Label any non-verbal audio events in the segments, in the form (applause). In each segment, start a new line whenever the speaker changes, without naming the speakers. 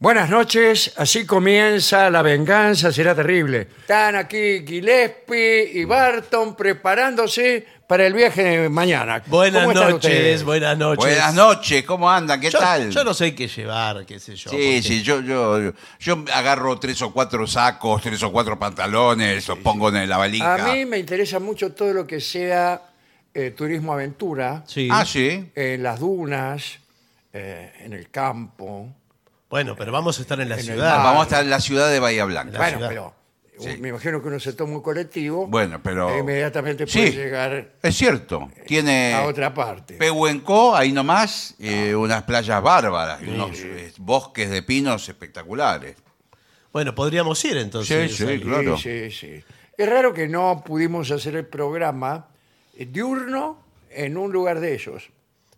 Buenas noches, así comienza La venganza será terrible. Están aquí Gillespie y Barton preparándose para el viaje de mañana.
Buenas
¿Cómo están ustedes?
noches, buenas noches.
Buenas noches, ¿cómo andan? ¿Qué
Yo,
tal?
yo no sé qué llevar, qué sé yo.
sí,
porque-
sí, yo, yo, yo, yo agarro tres o cuatro sacos, tres o cuatro pantalones, los pongo en la valija.
A mí me interesa mucho todo lo que sea eh, turismo aventura,
Sí.
Ah, sí.
en las dunas, eh, en el campo.
Bueno, pero vamos a estar en la
el
ciudad.
mar.
Vamos hasta la ciudad de Bahía Blanca.
La
bueno,
ciudad.
pero uh,
Sí.
me imagino que uno se toma un colectivo.
Bueno, pero-
e inmediatamente
Sí. Eh,
puede llegar
Es cierto, tiene
a otra parte.
Pehuenco, ahí nomás, eh,
Ah.
unas playas bárbaras, y unos eh, bosques de pinos espectaculares.
Bueno, podríamos ir entonces.
Sí, sí,
salir.
Sí,
claro.
sí, sí. Es raro que no pudimos hacer el programa eh, diurno en un lugar de ellos.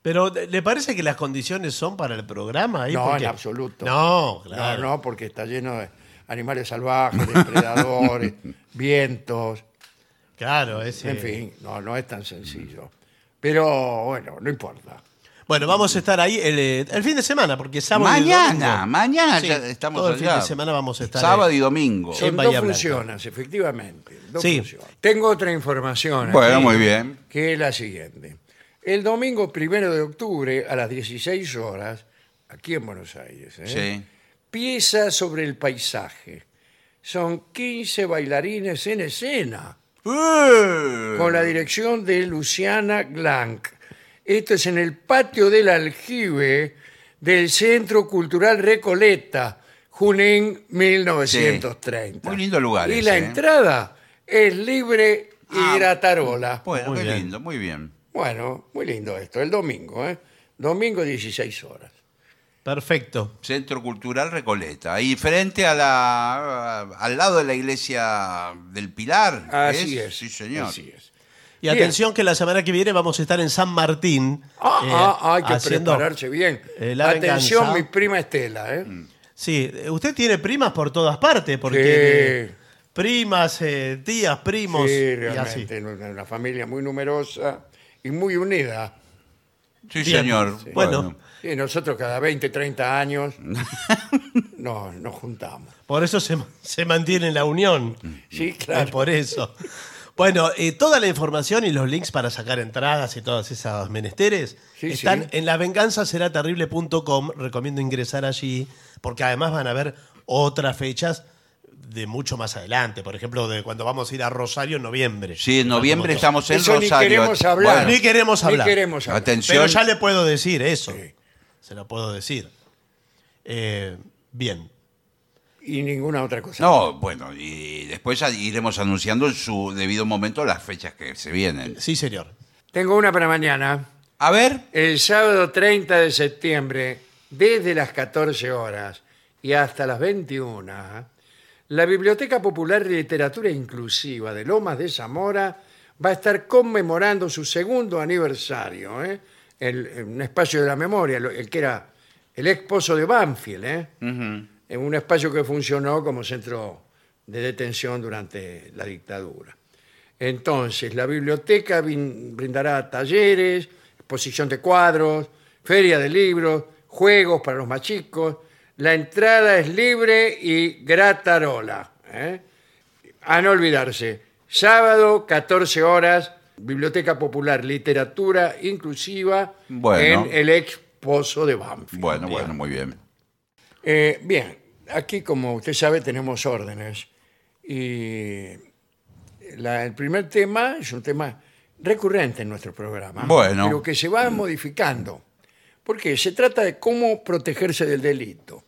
Pero ¿le parece que las condiciones son para el programa? ahí?
No,
Porque-
en absoluto.
No,
No,
claro.
No, porque está lleno de animales salvajes, depredadores, vientos,
Claro, es,
en
eh,
fin, no, no es tan sencillo. Pero bueno, no importa.
Bueno, vamos a estar ahí el, eh, el fin de semana, porque sábado. y
Mañana,
domingo-
mañana
Sí,
ya estamos
todo el
allá.
fin de semana vamos a estar.
Sábado
ahí.
y domingo.
Sí.
Son dos
Bahía Blanca.
funciones, efectivamente. dos
Sí.
funciones. Tengo otra información. aquí,
Bueno, muy bien.
Que es la siguiente. El domingo primero de octubre a las 16 horas, aquí en Buenos Aires, ¿eh?
Sí.
pieza sobre el paisaje. Son 15 bailarines en escena
Eh,
con la dirección de Luciana Glank. Esto es en el patio del aljibe del Centro Cultural Recoleta, Junín 1930.
Sí, muy lindo lugar
Y
ese,
la
¿eh?
entada es libre y
Ah,
gratarola.
Bueno,
Muy
qué
bien.
lindo, muy bien.
Bueno, muy lindo esto, el domingo, ¿eh? Domingo 16 horas.
Perfecto.
Centro Cultural Recoleta, ahí frente a la al lado de la iglesia del Pilar.
Así es.
Sí, señor.
Así es.
Y
Bien.
atención que la semana que viene vamos a estar en San Martín.
Ah,
eh,
ah, ah, hay que
haciendo-
prepararse bien.
eh, la
Atención,
venganza.
mi prima Estela, ¿eh?
Mm.
Sí, eh, usted tiene primas por todas partes, porque eh,
Sí.
primas, eh, tías, primos
Sí,
y así.
realmente, una, una familia muy numerosa y muy unida.
Sí,
Bien.
señor.
Sí. Bueno.
Y nosotros cada 20, 30
(laughs)
años nos, nos juntamos.
Mm.
Por eso se, ma- se mantiene la unión.
Sí,
Eh,
Mm. claro.
por eso. Bueno, eh, toda la información y los links para sacar entradas y todas esas menesteres
Sí,
están
sí.
en lavenganzaseraterrible.com. Recomiendo ingresar allí porque además van a ver otras fechas de mucho más adelante. Por ejemplo, de cuando vamos a ir a Rosario en noviembre.
Sí, en noviembre estamos en
Eso ni
Rosario.
queremos hablar.
Bueno,
Ni queremos hablar.
Ni queremos hablar.
atención.
Pero ya le puedo decir eso.
Sí.
Se lo puedo decir. Eh, bien.
Y ninguna otra cosa.
No, bueno, y después ya iremos anunciando en su debido momento las fechas que se vienen.
Sí, señor.
Tengo una para mañana.
A ver,
El sábado 30 de septiembre, desde las 14 horas y hasta las 21, la Biblioteca Popular de Literatura Inclusiva de Lomas de Zamora va a estar conmemorando su segundo aniversario, ¿eh? El- en un espacio de la memoria, lo- el que era el ex pozo de Banfield, ¿eh? en un espacio que funcionó como centro de detención durante la dictadura. Entonces, la biblioteca brin- brindará talleres, exposición de cuadros, feria de libros, juegos para los más chicos. La entrada es libre y gratarola. ¿eh? A no olvidarse, sábado, 14 horas, Biblioteca Popular, Literatura Inclusiva,
Bueno.
en el ex Pozo de Banfield.
bueno, bueno, muy bien.
Eh, bien, aquí como usted sabe tenemos órdenes y la- el primer tema es un tema recurrente en nuestro programa,
Bueno.
pero que se va modificando, porque se trata de cómo protegerse del delito.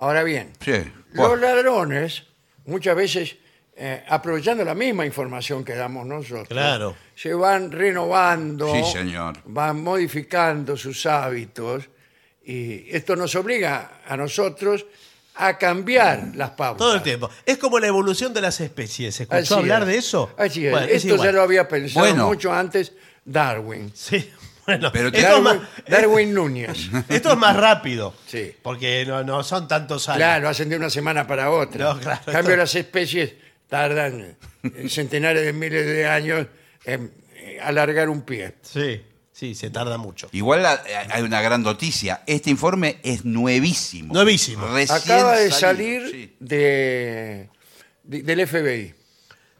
Ahora bien,
Sí,
los
bueno.
ladrones muchas veces, eh, aprovechando la misma información que damos nosotros,
Claro.
se van renovando,
Sí, señor.
van modificando sus hábitos y esto nos obliga a nosotros a cambiar las pautas.
Todo el tiempo. Es como la evolución de las especies. ¿Escuchó
Así
hablar
es.
de eso?
Así es.
Bueno, es
esto ya
igual.
lo había pensado
Bueno.
mucho antes Darwin.
Sí, (laughs) bueno.
Pero
esto, es
Darwin,
más,
Darwin
(laughs)
Núñez.
esto es más rápido.
Sí.
Porque no, no son tantos años.
Claro, hacen de una semana para otra.
No, claro,
En cambio,
esto-
las especies tardan eh, centenares de miles de años en eh, alargar un pie.
Sí. Sí, se tarda mucho.
Igual la- hay una gran noticia. Este informe es nuevísimo.
Nuevísimo.
Recién
Acaba de
salido,
salir
sí.
de, de- del FBI.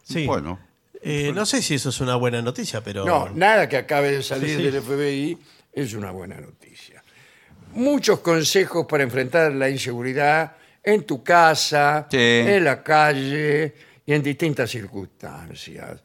Sí.
Bueno,
Eh, no sé si eso es una buena noticia, pero.
No, nada que acabe de salir
Sí, sí.
del FBI es una buena noticia. Muchos consejos para enfrentar la inseguridad en tu casa,
Sí.
en la calle y en distintas circunstancias.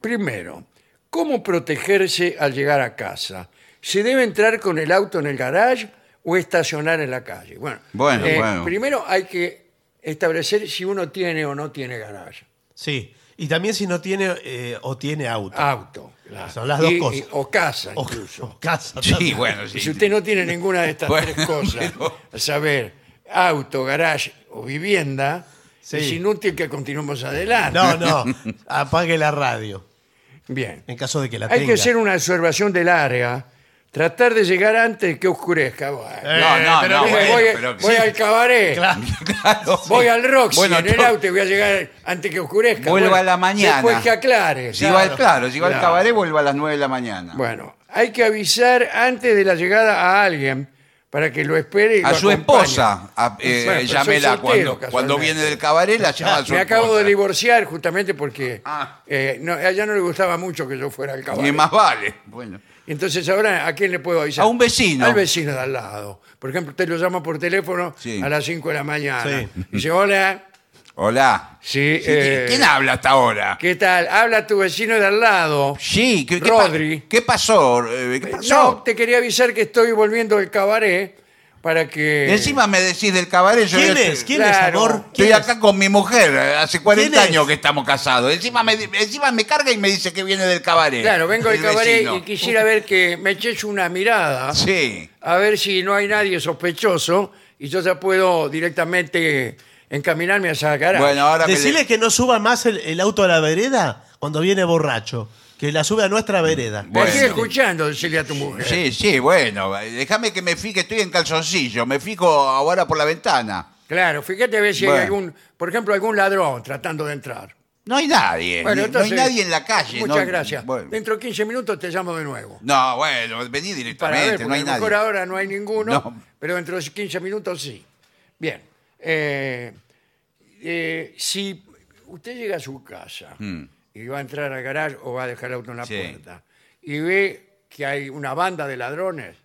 Primero, ¿cómo protegerse al llegar a casa? ¿Se debe entrar con el auto en el garage o estacionar en la calle? Bueno, eh,
Bueno, bueno.
primero hay que establecer si uno tiene o no tiene garage.
Sí. Y también si no tiene eh, o tiene auto.
Auto. claro.
Son las dos
Y- y-
cosas.
o casa,
o,
Ah, incluso.
(laughs) o casa.
sí,
también.
bueno,
Y
sí.
Si usted no
(laughs)
tiene ninguna de estas
Bueno,
tres cosas,
pero-
a saber, auto, garage o vivienda,
Sí.
es inútil que continuemos adelante.
No, no. Apague la radio.
Bien.
En caso de que la
Hay
tenga.
que hacer una observación del área, tratar de llegar antes de que oscurezca. Bueno,
Eh,
No, no,
pero
no,
voy-
bueno,
voy
pero-
voy al cabaret,
Claro.
(laughs) Claro.
voy al Roxy,
Bueno,
en el
to-
auto y voy a llegar antes que oscurezca.
Vuelva
Bueno,
a la mañana.
Después que aclare.
Si
claro.
va al, claro, si va al
Claro.
cabaret, vuelve a las 9 de la mañana.
Bueno, hay que avisar antes de la llegada a alguien para que lo espere. y
a
lo
su
acompañe.
esposa,
Bueno,
a- eh,
pero soy
llámela
soltero,
cuando,
casualmente.
cuando viene del cabaret, la llama a su
Me acabo
esposa.
de divorciar justamente porque
Ah.
eh, no, a ella no le gustaba mucho que yo fuera al
Ni
caballo.
más vale. Bueno.
Entonces, ahora, ¿a quién le puedo avisar?
A un vecino.
Al vecino de al lado. Por ejemplo, usted lo llama por teléfono
Sí.
a las 5 de la mañana.
Sí.
Y dice, hola,
Hola.
sí, eh,
¿Quién habla hasta ahora?
¿qué tal? Habla tu vecino de al lado.
Sí, ¿qué, qué
Rodri.
pa- ¿Qué pasó? Eh, ¿Qué
No,
pasó?
te quería avisar que estoy volviendo del cabaret para que...
Encima me decís del cabaret. Yo
¿Quién
ya
es?
estoy-
¿Quién es,
Claro.
amor?
Estoy
¿Quién es?
acá con mi mujer, eh, hace 40
¿Quién es?
años que estamos casados. Encima me, di- encima me carga y me dice que viene del cabaret.
Claro, vengo del
El
cabaret
vecino.
y quisiera ver que me eches una mirada.
Sí.
a ver si no hay nadie sospechoso y yo ya puedo directamente encaminarme a esa cara.
Bueno, ahora que
Decirle
le-
que no suba más el, el auto a la vereda cuando viene borracho. Que la sube a nuestra vereda. Este,
Te
bueno.
estoy escuchando, decirle a tu mujer.
Sí, sí, bueno. eh, Déjame que me fije, estoy en calzoncillo. Me fijo ahora por la ventana.
Claro, fíjate a ver si hay
Bueno.
algún, por ejemplo, algún ladrón tratando de entrar.
No hay nadie.
Bueno,
ni-
entonces,
no hay nadie en la calle.
Muchas
no-
gracias.
Bueno.
Dentro de 15 minutos te llamo de nuevo.
No, bueno, vení
Para ver,
directamente,
porque
no hay
a lo mejor
nadie.
ahora no hay ninguno,
No.
pero dentro de 15 minutos sí. Bien. eh, eh, si usted llega a su casa y va a entrar al garaje o va a dejar el auto en la
Hmm. Sí.
puerta y ve que hay una banda de ladrones,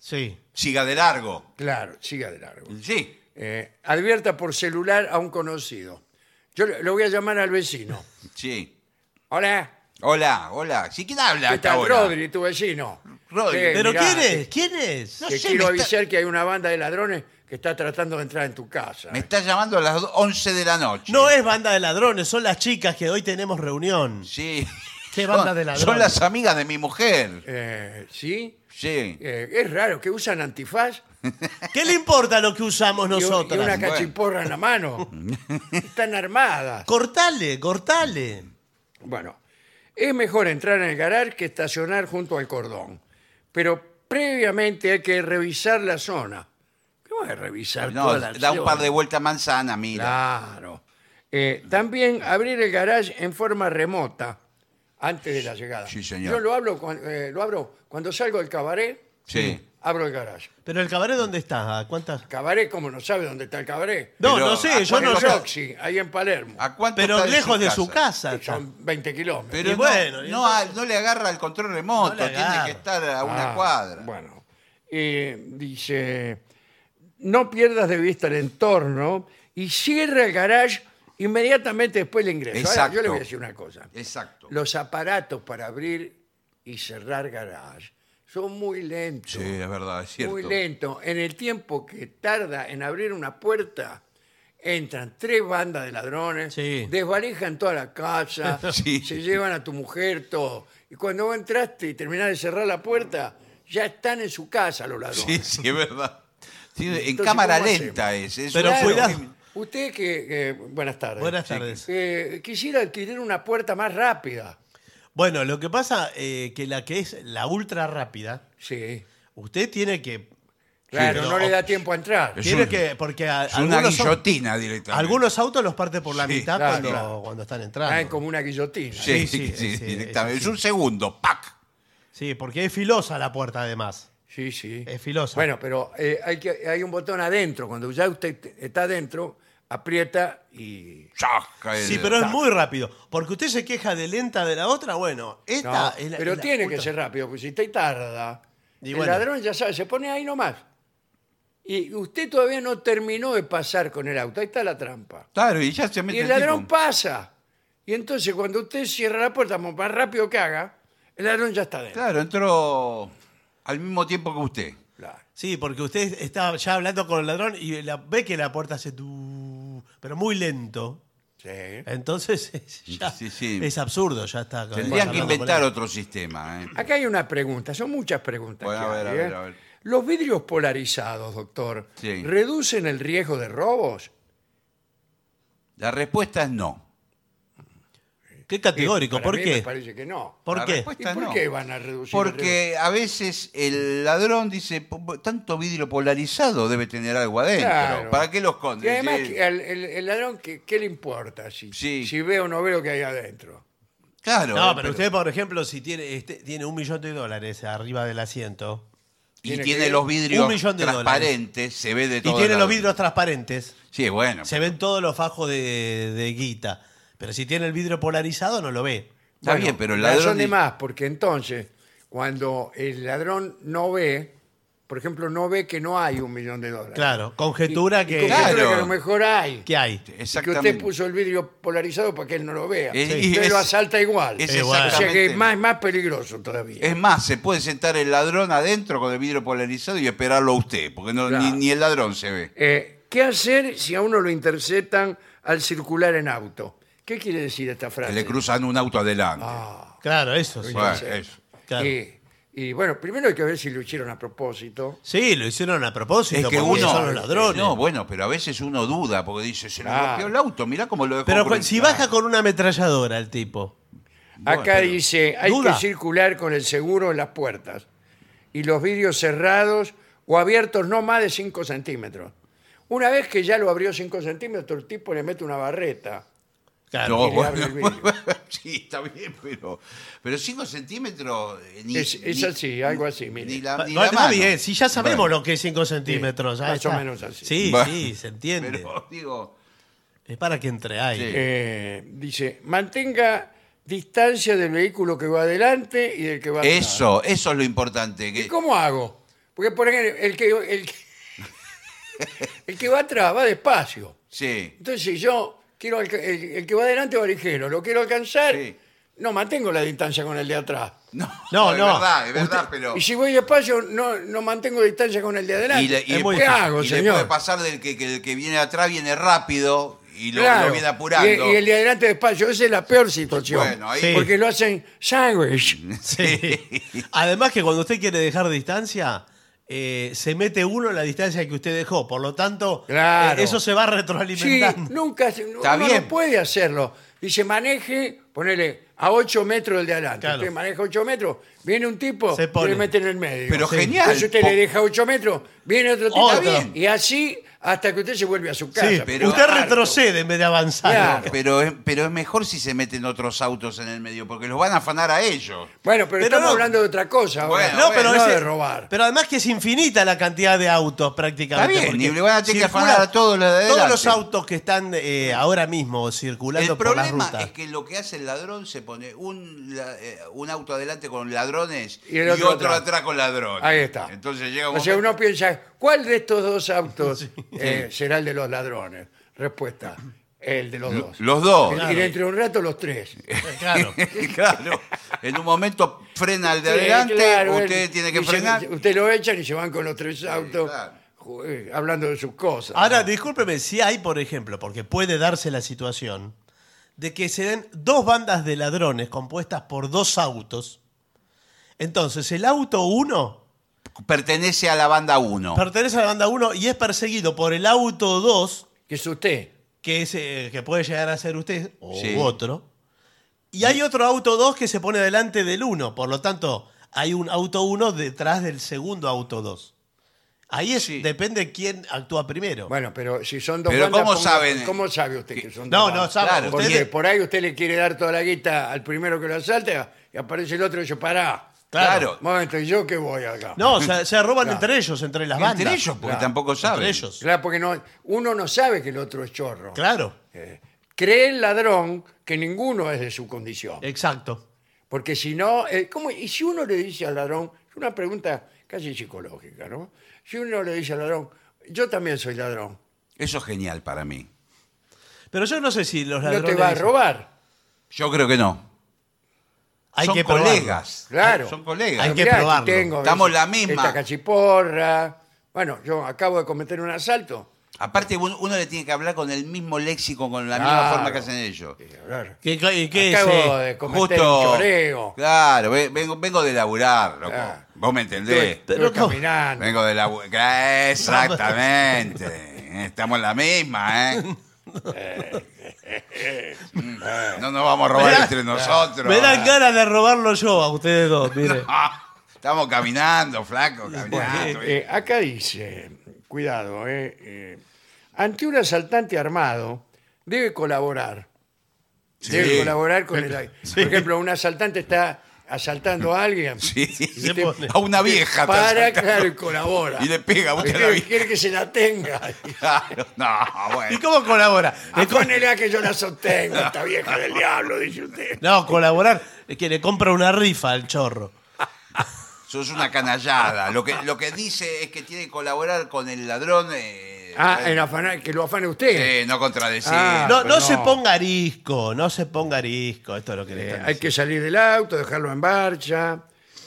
Sí.
Siga de largo.
claro, siga de largo.
Sí.
Eh, advierta por celular a un conocido. Yo le le voy a llamar al vecino.
(laughs) Sí.
Hola,
Hola, hola. ¿Sí quién habla
¿qué
hasta
tal,
ahora?
Rodri, tu vecino?
Rodri.
Sí,
¿Pero
mirá, eh,
quién es? ¿Quién es?
No
Te
sé,
quiero
me está-
avisar que hay una banda de ladrones que está tratando de entrar en tu casa.
Me está llamando a las do- 11 de la noche.
No es banda de ladrones, son las chicas que hoy tenemos reunión.
Sí.
(laughs) ¿Qué banda
Son-
de ladrones?
Son las amigas de mi mujer.
Eh, ¿Sí?
Sí.
Eh, es raro que usan antifaz y-
¿Qué le importa lo que usamos
y,
nosotros?
una cachiporra en la
(laughs)
mano. Están armadas.
Cortale, cortale.
Bueno, es mejor entrar en el garaje que estacionar junto al cordón. Pero previamente hay que revisar la zona. ¿Qué vas a revisar
No,
toda la
da un
zona?
par de vueltas a manzana, mira.
Claro. Eh, también abrir el garage en forma remota antes de la llegada.
Sí, señor.
Yo lo, hablo cuan- eh, lo abro cuando salgo del cabaret,
Sí.
abro el garage.
Pero el cabaret dónde está? ¿A cuántas?
Cabaret, como no sabe dónde está el cabaret.
No,
Pero,
no
¿a
sé, yo
Bueno,
no
cuántos
sé.
blocks?
Roxy, ahí en Palermo.
¿A cuánto
Pero
está
lejos de su casa. está.
Son 20 kilómetros.
Pero
Y
no,
bueno, y
no,
entonces-
a- no le agarra el control remoto,
No le
tiene
agarra.
que estar a una
Ah,
cuadra.
Bueno, Eh, dice, no pierdas de vista el entorno y cierra el garage inmediatamente después del ingreso. Ahora, yo le voy a
Exacto.
decir una cosa.
Exacto.
Los aparatos para abrir y cerrar garage son muy lentos.
Sí, es verdad, es cierto.
Muy lento. En el tiempo que tarda en abrir una puerta, entran tres bandas de ladrones,
Sí.
desvalijan toda la casa,
Sí.
se llevan a tu mujer, todo. Y cuando vos entraste y terminás de cerrar la puerta, ya están en su casa los ladrones.
Sí, sí, es verdad. Sí, en
Entonces,
cámara
¿cómo
lenta es. es
Pero
una-
Claro.
cuidado.
Usted que... que- buenas tardes.
Buenas tardes.
Eh, quisiera adquirir una puerta más rápida.
Bueno, lo que pasa eh, que la que es la ultra rápida,
Sí.
usted tiene que
Claro,
pero-
no le da tiempo a entrar.
Es
Tiene
un-
que, porque a-
Es una
algunos, au-
guillotina directamente.
algunos autos los parte por la
Sí,
mitad
claro.
cuando, cuando están entrando.
Caen como una guillotina.
sí,
Sí, sí,
sí, sí,
directamente.
sí, sí.
Es un segundo, ¡pac!
Sí, porque es filosa la puerta además.
Sí, sí.
Es filosa.
Bueno, pero eh, hay, que, hay un botón adentro. Cuando ya usted te- está adentro, aprieta y...
Saca el-
Sí, pero es muy rápido. Porque usted se queja de lenta de la otra,
No,
bueno, esta es la-
pero
la
tiene que
puta-
ser rápido, porque si usted tarda,
Y
el
bueno.
ladrón ya sabe, se pone ahí nomás. Y usted todavía no terminó de pasar con el auto. Ahí está la trampa.
Claro, y ya se mete
Y el
tipo.
ladrón pasa. Y entonces cuando usted cierra la puerta, como más rápido que haga, el ladrón ya está dentro.
Claro, entró al mismo tiempo que usted.
Claro.
Sí, porque usted está ya hablando con el ladrón y la- ve que la puerta hace tu. pero muy lento.
Sí.
Entonces (laughs) es- ya
Sí, sí.
es absurdo, ya está.
Tendrían que
hablando con
inventar
él.
otro sistema. ¿eh?
Acá hay una pregunta, son muchas preguntas.
Bueno,
que
a ver,
hay,
a ver,
¿eh?
a ver.
Los vidrios polarizados, doctor,
Sí.
¿reducen el riesgo de robos?
La respuesta es no.
Qué
Eh,
categórico,
Para
¿por
mí
qué?
Me parece que no.
¿Por
La
qué?
respuesta-
¿Y por
Pues no.
qué van a reducir? el
Porque a veces el ladrón dice, "Po- tanto vidrio polarizado debe tener algo adentro.
riesgo? Claro.
¿Para qué lo esconde?
Y además,
Dice,
que eh, al- el, el ladrón, ¿qué, qué le importa? Si,
Sí.
si ve o no ve lo que hay adentro.
Claro.
No, pero usted, por ejemplo, si tiene, este- tiene un millón de dólares arriba del asiento
Y
tiene
tiene,
que-
los vidrios
un millón de dólares.
transparentes, se ve de todo.
y tiene
lado.
los vidrios transparentes,
Sí, bueno.
se ven todos los fajos de, de guita. Pero si tiene el vidrio polarizado, no lo ve.
Está
Bueno,
bien, pero el
razón
ladrón...
de
dice-
más, porque entonces, cuando el ladrón no ve, por ejemplo, no ve que no hay un millón de dólares.
Claro, conjetura
Y
que,
conjetura
Claro.
que a lo mejor hay.
que hay.
Y que usted puso el vidrio polarizado para que él no lo vea.
Es-
Usted
Eh, es-
lo asalta igual.
es
o sea que es
exactamente-
más, más peligroso todavía.
Es más, se puede sentar el ladrón adentro con el vidrio polarizado y esperarlo a usted, porque no,
Claro.
ni, ni el ladrón se ve.
Eh, ¿Qué hacer si a uno lo interceptan al circular en auto? ¿Qué quiere decir esta
Que
frase?
le cruzan un auto
Ah.
adelante.
Claro, eso sí.
Bueno,
sí.
eso.
Claro.
Y, y, bueno, primero hay que ver si lo hicieron a propósito.
Sí, lo hicieron a propósito,
Es que
porque
uno.
son los ladrones.
No, bueno, pero a veces uno duda porque dice, se le
Claro. pues,
bloqueó el auto, mirá cómo lo dejó.
pero
cruzar.
si baja con una ametralladora el tipo.
Bueno,
Acá
pero-
dice, hay
duda.
que circular con el seguro en las puertas y los vidrios cerrados o abiertos no más de 5 centímetros. Una vez que ya lo abrió 5 centímetros, el tipo le mete una barreta.
Claro.
No,
y le abre
(laughs) bueno,
el vidrio.
sí, está bien, pero. Pero 5 centímetros. eh, Ni,
Es- es
ni-
así, algo así, mire.
Ni la,
Pa-
ni
no,
la
está
mano.
bien, si ya sabemos
Bueno,
lo que es 5 centímetros. ya
más
está.
o menos así.
Sí,
Bueno.
sí, se entiende.
Pero (laughs) digo,
Es para que entre ahí.
Sí.
Eh, dice, mantenga distancia del vehículo que va adelante y del que va atrás.
eso, eso es lo importante.
¿Y
Que,
cómo hago? Porque, por ejemplo, el que, el que, (laughs) el que va atrás va despacio.
sí.
Entonces, si yo quiero alca- el, el que va adelante va ligero, lo quiero alcanzar,
Sí.
no mantengo la distancia con el de atrás.
No,
No,
es
no.
verdad, es verdad,
Usted-
pero.
Y si voy despacio, no, no mantengo distancia con el de adelante.
Y le- y
¿Qué
le puede-
hago,
y le puede
señor?
pasar del que, que el que viene atrás viene rápido y lo,
Claro.
lo viene apurando.
Y, y el de adelante despacio, esa es la peor situación.
Bueno, ahí-
Sí.
Porque lo hacen sándwich.
Sí. (laughs) Además que cuando usted quiere dejar distancia, eh, se mete uno en la distancia que usted dejó. Por lo tanto,
Claro.
eh, eso se va
Sí,
retroalimentando.
nunca se- uno
Está bien.
no puede hacerlo. Dice, maneje, ponele a 8 metros el de adelante.
Claro.
Usted maneja 8 metros, viene un tipo
Se
y
pone.
le mete en el medio.
Pero
Sí.
genial.
Entonces usted
po-
le deja 8 metros, viene otro tipo
Otro.
Está bien. y así hasta que usted se vuelve a su casa.
Sí,
pero-
usted
Harto.
retrocede en vez de avanzar.
Claro.
Pero es, pero es mejor si se meten otros autos en el medio, porque los van a afanar a ellos.
Bueno, pero,
Pero
estamos
no.
hablando de otra cosa. ahora.
Bueno, No, bueno. pero
no
ese-
de robar.
Pero además que es infinita la cantidad de autos prácticamente.
Está bien,
porque
y le van a tener que
circulan
afanar a todos los de
Todos
adelante.
los autos que están eh, ahora mismo circulando
El
por las
problema
rutas.
es que lo que hace el ladrón se pone un, la- eh, un auto adelante con ladrones
Y
y,
el otro
otro,
atrás.
atrás. con ladrones.
Ahí está.
Entonces llega un
o sea,
momento-
uno piensa, ¿cuál de estos dos
(laughs)
autos eh, será el de los ladrones? Respuesta, el de los dos.
Los dos.
Y dentro de un rato los tres.
(laughs) Claro.
(laughs) claro. En un momento frena al de
Sí,
adelante,
claro,
usted
él-
tiene que
y se-
frenar.
usted lo echan y se van con los tres autos
claro.
ju- eh, hablando de sus cosas.
Ahora, discúlpeme, si hay, por ejemplo, porque puede darse la situación de que se den dos bandas de ladrones compuestas por dos autos. Entonces, el auto 1
Pertenece a la banda 1.
pertenece a la banda 1 y es perseguido por el auto 2,
que es usted.
que, es, eh, que puede llegar a ser usted o
Sí.
u otro. Y hay otro auto 2 que se pone delante del 1. Por lo tanto, hay un auto 1 detrás del segundo auto 2. Ahí es,
Sí.
depende quién actúa primero.
Bueno, pero si son dos
Pero
bandas,
¿cómo saben?
¿Cómo sabe usted que son
no,
dos
no,
bandas?
sabe.
Claro,
Porque
usted-
tiene-
por ahí usted le quiere dar toda la guita al primero que lo asalta y aparece el otro y dice, pará.
claro.
Claro.
Momento, ¿y yo qué voy acá?
No, se, se
Claro.
roban
pues.
entre ellos, entre las
Entre
bandas.
ellos, porque
Claro.
tampoco saben.
Entre ellos.
Claro, porque no, uno no sabe que el otro es chorro.
Claro,
Eh, cree el ladrón que ninguno es de su condición.
exacto.
Porque si no, eh, ¿cómo? y si uno le dice al ladrón, es una pregunta casi psicológica, ¿no? Si uno le dice al ladrón, yo también soy ladrón,
Eso es genial para mí.
Pero yo no sé si los ladrones...
no te va a robar,
Yo creo que no.
Hay
Son
que probarlo.
colegas.
claro.
Son colegas.
Hay
Pero
que
mirá, aquí
probarlo.
tengo,
Estamos
esta-
la misma.
Esta cachiporra. Bueno, yo acabo de cometer un asalto.
Aparte, uno, uno le tiene que hablar con el mismo léxico, con la misma
Claro.
forma que hacen ellos.
Eh, a ver,
¿Qué, qué- qué
acabo
es, eh?
de cometer un
Justo.
choreo.
Claro, ve- vengo, vengo de laburar, loco.
Claro.
Vos me entendés.
Estoy
Pero ¿cómo?
caminando.
Vengo de
(laughs)
laburar. Exactamente. Estamos en la misma, ¿eh? Mm. No nos vamos a robar entre nosotros.
Me dan ganas de robarlo yo a ustedes dos, mire.
Ah, Estamos caminando, flaco, caminando.
Eh, acá dice, cuidado, eh, eh, ante un asaltante armado debe colaborar.
Sí.
Debe colaborar con
(laughs)
el... Por ejemplo, un asaltante está asaltando a alguien.
Sí.
Se pone-
A una vieja. te
Para,
asaltan.
claro, y colabora.
(laughs) Y le pega,
(laughs)
vos te la
quiere,
vi.
quiere que se la
(laughs)
tenga.
Claro. No,
¿Y
bueno.
cómo
(laughs)
colabora?
Ah,
Le co-
Apónela que yo la sostengo, esta vieja del diablo, dice
(laughs)
usted.
no, colaborar es que le compra una rifa al chorro.
Sos una canallada. Lo que, lo que dice es que tiene que colaborar con el ladrón. eh,
Ah,
eh,
en afanar, que lo afane usted.
eh, no contradecir.
Ah,
No,
pero
no se
no.
ponga arisco, no se ponga arisco. Esto es lo que le
Eh,
están
hay que salir del auto, dejarlo en marcha,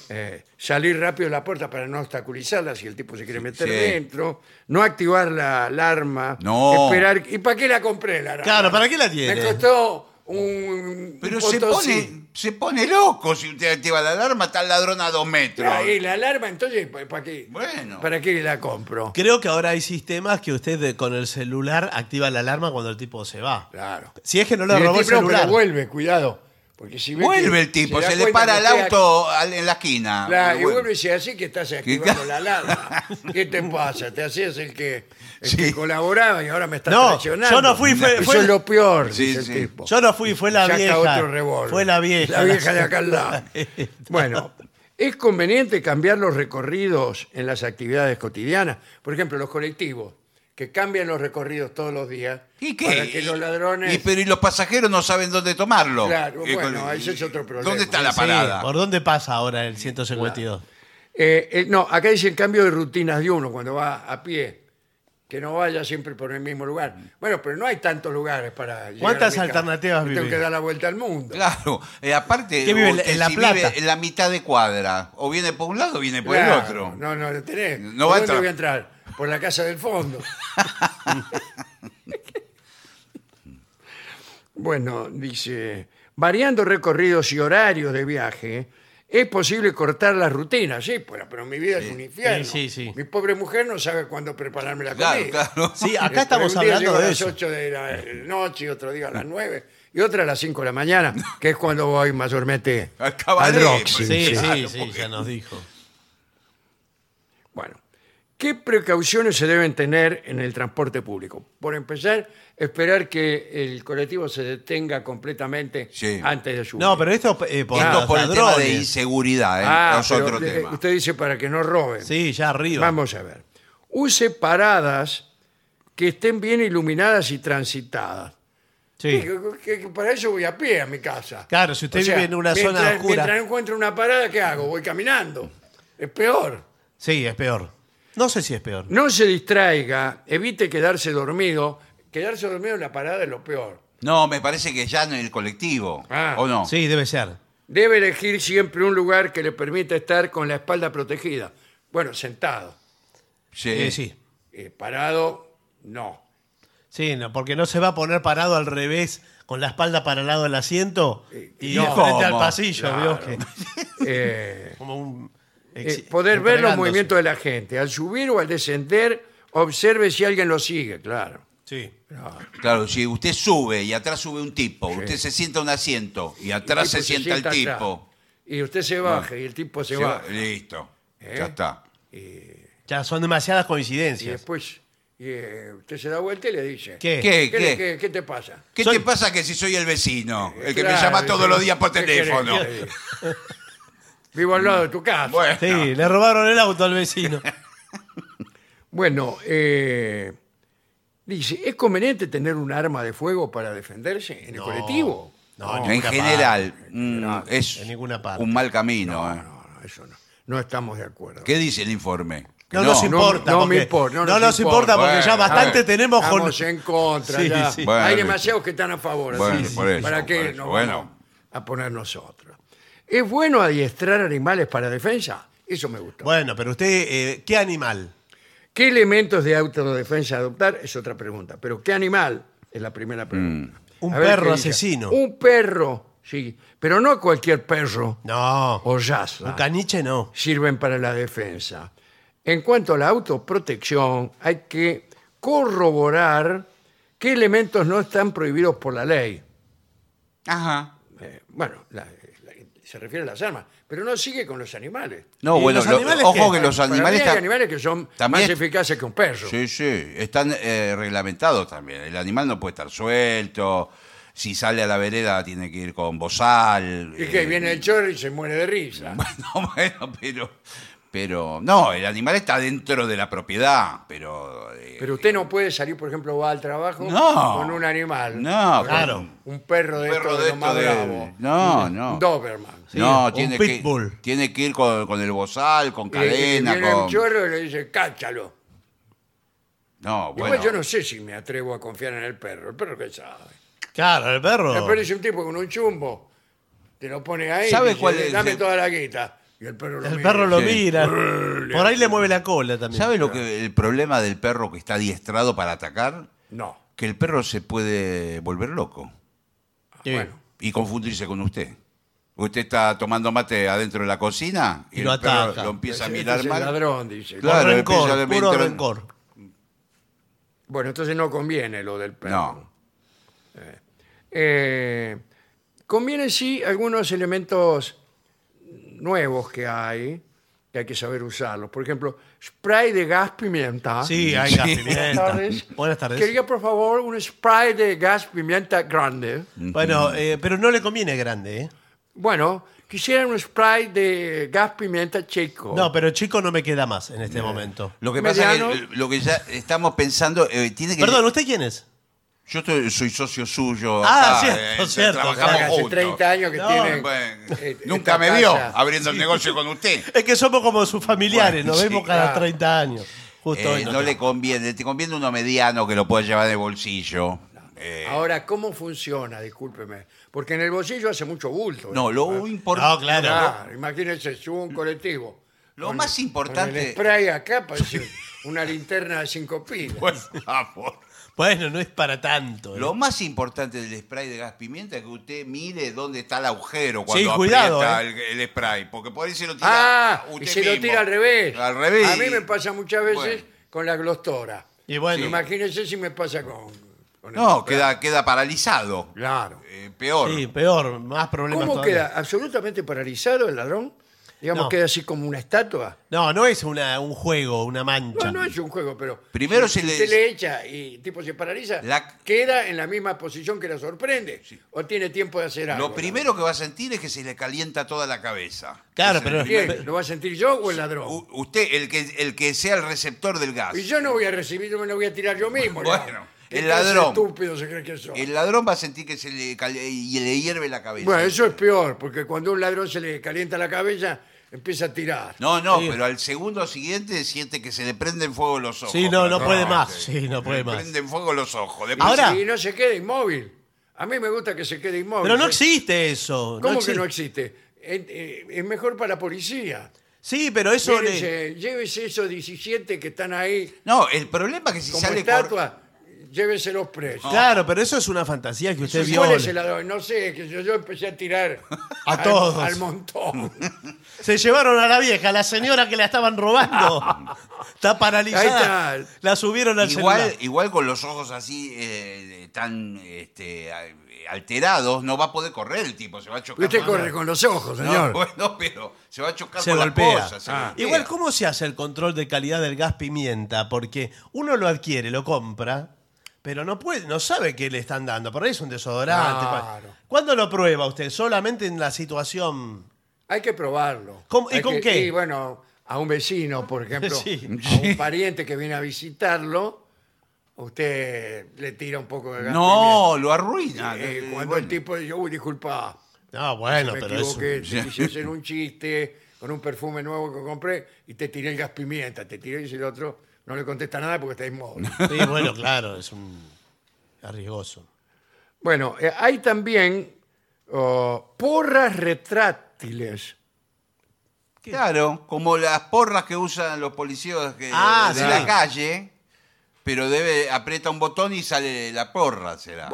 eh, salir rápido de la puerta para no obstaculizarla si el tipo se quiere meter
Sí.
dentro, no activar la alarma,
No.
esperar. ¿Y para qué la compré la alarma?
Claro, ¿para qué la tiene?
Me costó un.
Pero
un
se
potosí.
pone, se pone loco si usted activa la alarma, está el ladrón a dos metros.
Ahí la alarma, entonces, ¿pa- ¿para qué?
Bueno.
¿Para qué la compro?
Creo que ahora hay sistemas que usted eh, con el celular activa la alarma cuando el tipo se va.
Claro.
Si es que no
Y
le
el
robó el
tipo, pero
celular.
vuelve, cuidado. Porque si ve que
Vuelve el tipo,
da
se, le
cuenta
para
que
el
usted
auto al- en la esquina.
La-
Y
y
vuelve.
vuelve y dice, así que estás activando la
(laughs)
alarma. ¿Qué te pasa? Te hacías el que, el que
Sí.
colaboraba y ahora me estás
No,
traicionando.
yo no fui, fue-
Eso
fue-
es lo peor,
Sí,
dice
sí.
el tipo.
Yo no fui, fue la
Saca
vieja.
otro revólver.
Fue la vieja.
La vieja de
(laughs)
acá al lado. bueno, es conveniente cambiar los recorridos en las actividades cotidianas. Por ejemplo, los colectivos, que cambian los recorridos todos los días
¿Y qué?
para que los ladrones...
Y, pero y los pasajeros no saben dónde tomarlo.
Claro,
Eh,
bueno,
con-
ese es otro problema.
¿Dónde está la
Sí,
parada?
¿Por dónde pasa ahora el 152?
Eh, eh, no, acá dice el cambio de rutinas de uno cuando va a pie. Que no vaya siempre por el mismo lugar. Bueno, pero no hay tantos lugares para. llegar
¿Cuántas
a mi casa.
alternativas
Yo Tengo
vive?
que dar la vuelta al mundo.
Claro, eh, aparte,
¿Qué vive en la-
usted
en La
si
Plata?
vive en la mitad de cuadra. O viene por un lado o viene por
Claro,
el otro.
No, no lo tenés.
No
¿Por dónde
va a entrar.
voy a entrar? Por la casa del fondo. bueno, dice. Variando recorridos y horarios de viaje, es posible cortar las rutinas. Sí, pues, pero, pero mi vida es un infierno.
Sí, sí, sí.
Mi pobre mujer no sabe cuándo prepararme la
Claro,
comida.
claro.
Sí,
Eh,
acá estamos
un día llego
hablando de
A
eso.
las 8 de la eh, noche, y otro día a las 9 y otra a las 5 de la mañana, que es cuando voy mayormente
Al cabaret,
Roxy.
pues.
Sí, sí,
Claro,
sí,
porque-
ya nos dijo.
Bueno, ¿qué precauciones se deben tener en el transporte público? Por empezar, esperar que el colectivo se detenga completamente
Sí.
antes de su.
No, pero esto eh, por,
Esto
los
por el tema de
ladrones.
inseguridad, ¿eh?
Ah,
es
pero,
otro
eh,
tema.
usted dice para que no roben.
Sí, ya arriba.
Vamos a ver. Use paradas que estén bien iluminadas y transitadas.
Sí.
Que- que- que para eso voy a pie a mi casa.
Claro, si usted
O sea,
vive en una
mientras-
zona oscura.
Mientras encuentro una parada, ¿qué hago? Voy caminando. Es peor.
Sí, es peor. No sé si es peor.
No se distraiga, evite quedarse dormido. Quedarse dormido en la parada es lo peor.
No, me parece que ya en el colectivo.
Ah.
¿O no?
Sí, debe ser.
Debe elegir siempre un lugar que le permita estar con la espalda protegida. Bueno, sentado.
Sí,
Sí.
sí.
Eh, parado, no.
Sí, no, porque no se va a poner parado al revés con la espalda para el lado del asiento y
no.
frente al
¿Cómo?
pasillo,
Eh, Claro.
vio que-
Eh,
(laughs) como un
eh,
(laughs) exi-
poder ver los
entregándose.
movimientos de la gente. Al subir o al descender, observe si alguien lo sigue, claro.
Sí.
Claro, si usted sube y atrás sube un tipo, usted se sienta un asiento y atrás
tipo
se sienta el
atrás.
tipo.
Y usted se baja y el tipo se,
Se va-
baja.
Listo.
¿Eh?
Ya está.
Ya son demasiadas
Y
coincidencias.
después eh, usted se da vuelta y le dice,
¿Qué?
¿Qué,
¿Qué,
qué?
qué- qué te pasa?
¿Qué
Soy-
te pasa que si soy el vecino? El que me
Claro,
llama todos los días por
¿qué querés
teléfono.
que te diga? (laughs) Vivo al lado de tu casa.
Bueno,
Sí, le robaron el auto
(laughs)
al vecino.
Bueno, eh, dice, ¿es conveniente tener un arma de fuego para defenderse en el colectivo?
No,
en
ninguna
general,
parte.
mm, es
en ninguna parte.
un mal camino. eh.
No, no, eso no. No estamos de acuerdo.
¿Qué dice el informe? Que
No, nos
no,
importa.
no me
porque-
importa, no
No,
nos
nos importa,
importa.
porque ya
Bueno,
bastante
Ah,
tenemos con.
Estamos en contra.
Sí,
ya.
sí.
Bueno,
Hay
listo.
demasiados que están a favor. así
Bueno,
que,
por eso,
¿Para qué
por eso.
nos vamos
Bueno.
a poner nosotros? ¿Es bueno adiestrar animales para defensa? Eso me gusta.
Bueno, pero usted, eh, ¿qué animal?
¿Qué elementos de autodefensa adoptar? Es otra pregunta. Pero ¿qué animal? Es la primera pregunta.
Un
A ver
perro
qué dice.
asesino.
Un perro, sí. Pero no cualquier perro
No.
o yaza.
Un caniche no.
sirven para la defensa. En cuanto a la autoprotección, hay que corroborar qué elementos no están prohibidos por la ley.
Ajá.
Eh, bueno, la- la- se refiere a las armas, pero no sigue con los animales.
No,
¿Y
bueno,
los
lo-
animales
ojo
qué?
que los
Para mí
animales,
hay
están-
animales que son
también-
más eficaces que un perro.
Sí, sí, están eh, reglamentados también. El animal no puede estar suelto. Si sale a la vereda tiene que ir con bozal.
Y
eh,
que viene
(laughs)
el chorro y se muere de risa.
Bueno, bueno, pero, pero no, el animal está dentro de la propiedad, pero, eh,
Pero usted no puede salir, por ejemplo, va al trabajo
No.
con un animal.
No,
Con
claro.
Un perro de
un perro
estos
de
de los más
esto de,
bravos.
no, no,
Un Doberman.
Sí,
no,
un
tiene que
pitbull.
tiene que ir con, con el bozal, con
Y- y
cadena,
viene
con
un chorro y le dice, cáchalo.
no,
Igual
bueno,
yo no sé si me atrevo a confiar en el perro. El perro que sabe.
Claro, el perro.
Me aparece un tipo con un chumbo, te lo pone ahí,
¿Sabe
y dice,
cuál es
dame
el-
toda la guita. Y el perro lo
El
mira.
perro lo
Sí.
mira. Por ahí le mueve la cola también.
¿sabe lo que el problema del perro que está adiestrado para atacar?
No.
Que el perro se puede volver loco
Sí.
Bueno,
y confundirse con usted. Usted está tomando mate adentro de la cocina y,
Y lo
el perro
ataca.
lo empieza a
ese
mirar
es el
mal.
ladrón, dice.
Claro.
Por
empieza
rencor,
a
puro
entrar-
rencor.
Bueno, entonces no conviene lo del perro.
No.
Eh, conviene sí algunos elementos nuevos que hay, que hay que saber usarlos. Por ejemplo, spray de gas
Ah,
pimienta.
Sí, hay gas pimienta.
Buenas tardes.
Buenas tardes.
Quería, por favor, un spray de gas pimienta grande.
Bueno, eh, pero no le conviene grande, ¿eh?
Bueno, quisiera un spray de gas pimienta chico.
No, pero chico no me queda más en
Eh.
este momento.
Lo que pasa es
Mediano.
que lo que ya estamos pensando eh, tiene que
Perdón, ¿usted quién es?
Yo estoy- soy socio suyo.
Ah,
acá,
cierto,
eh,
cierto,
Trabajamos
claro,
Hace
juntos.
30 años que
No,
tiene.
Bueno,
eh,
nunca
esta
me vio
casa.
abriendo el negocio con usted.
Es que somos como sus familiares,
Bueno,
nos
sí,
vemos cada
claro.
30 años. Justo
Eh,
hoy.
no
nos
le conviene, te conviene uno mediano que lo pueda llevar de bolsillo. Eh,
Ahora, ¿cómo funciona? Discúlpeme. Porque en el bolsillo hace mucho bulto.
no, lo importante.
No, claro.
Claro, imagínense, subo un colectivo.
Lo más importante-
con el spray acá parece una linterna de cinco pilas.
(laughs) Por favor.
Bueno, no es para tanto. ¿eh?
Lo más importante del spray de gas pimienta es que usted mire dónde está el agujero
Sí,
cuando
cuidado,
aprieta el, el spray, porque por ahí se lo tira
eh. ah, y
usted
se lo
mismo.
tira al revés.
Al revés.
A mí me pasa muchas veces
Bueno.
con la glostora.
Y bueno.
Imagínense si me pasa con. con el
No,
spray.
queda, queda paralizado.
Claro.
Eh, peor.
Sí, peor, más problemas
¿Cómo
todavía.
queda? ¿Absolutamente paralizado el ladrón? Digamos,
No.
queda así como una estatua.
No, no es una, un juego, una
No,
mancha.
no es un juego, pero.
Primero
si
se le-
usted le echa y tipo se paraliza,
La-
queda en la misma posición que la sorprende. O tiene tiempo de hacer algo.
Lo primero que va a sentir es que se le calienta toda la cabeza.
Claro,
Es el
pero-
primer-
¿Quién? ¿Lo va a sentir yo o el ladrón?
U- usted, el que, el que sea el receptor del gas.
Y yo no voy a recibir, yo me lo voy a tirar yo mismo.
Bueno,
¿no?
el
¿Qué clase de
ladrón.
estúpido se cree que soy?
El ladrón va a sentir que se le, cal- y le hierve la cabeza.
Bueno, eso es peor, porque cuando a un ladrón se le calienta la cabeza, empieza a tirar.
No, no,
Sí.
pero al segundo siguiente siente que se le prenden fuego los ojos.
Sí, no, no puede
prácticamente.
más. Sí, no
Le
puede más.
prenden fuego los ojos. Después-
Ahora-
Y no se queda inmóvil. A mí me gusta que se quede inmóvil.
Pero no
¿eh?
Se-
existe eso.
¿Cómo que
existe.
no existe? Es- eh, es mejor para la policía.
Sí, pero eso le-
Llévese, llévese esos 17 que están ahí
No, el problema es que si
como
sale cor-
estatua, lléveselos presos.
Claro, pero eso es una fantasía que usted
Si
vio.
puede, se la doy. No sé, que yo, yo empecé a tirar
(laughs) A
al-
todos.
al montón.
Se llevaron a la vieja, a la señora que la estaban
(laughs)
robando. Está paralizada.
Ahí está.
La subieron al
Igual,
celular.
igual con los ojos así eh, tan este, a- alterados, no va a poder correr el tipo, se va a chocar.
Usted
con-
corre con los ojos,
No, (laughs)
señor.
bueno, pero se va a chocar
Se
con
golpea.
la cosa. se
Ah.
golpea.
Igual, ¿cómo se hace el control de calidad del gas pimienta? Porque uno lo adquiere, lo compra, pero no puede, no sabe qué le están dando. Por ahí es un desodorante.
Claro.
¿Cuándo lo prueba usted? ¿Solamente en la situación?
Hay que probarlo.
¿Cómo- y
Hay
con
que-
qué?
Y bueno, a un vecino, por ejemplo,
(laughs) Sí.
a un pariente que viene a visitarlo, usted le tira un poco de gas
No, lo
pimienta.
arruina.
Eh,
Eh,
cuando el
bueno.
tipo dice, uy, disculpa,
No, bueno,
me
pero es un-
equivoqué, te quise hacer un chiste con un perfume nuevo que compré y te tiré el gas pimienta, te tiré y el otro no le contesta nada porque está inmóvil.
Sí, bueno, claro, es un arriesgoso.
Bueno, eh, hay también oh, porras retráctiles.
Claro, como las porras que usan los policías que-
Ah,
de
sí.
la calle, pero debe aprieta un botón y sale la porra, será.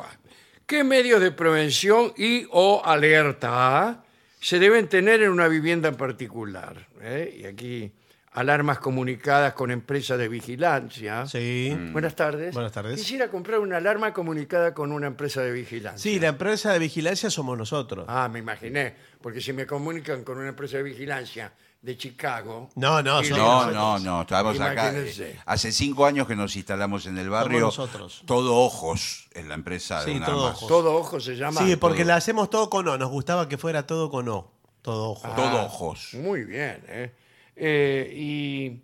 ¿Qué medios de prevención y o alerta ah, se deben tener en una vivienda en particular? ¿Eh? Y aquí alarmas comunicadas con empresas de vigilancia. Mm.
Sí.
Mm.
Buenas tardes.
Buenas tardes.
Quisiera comprar una alarma comunicada con una empresa de vigilancia.
Sí, la empresa de vigilancia somos nosotros.
Ah, me imaginé, porque si me comunican con una empresa de vigilancia de Chicago.
No, no, eh,
y
son
le-
No, no, no, estamos acá. eh,
Imagínense.
Hace cinco años que nos instalamos en el barrio.
Somos nosotros.
Todo ojos en la empresa de
Sí,
una
todo
más.
ojos.
Todo ojo se llama.
Sí, porque
todo.
la hacemos todo con O. Nos gustaba que fuera todo con O. Todo ojo.
Ah.
Todo ojos.
Muy bien, ¿eh? Eh, y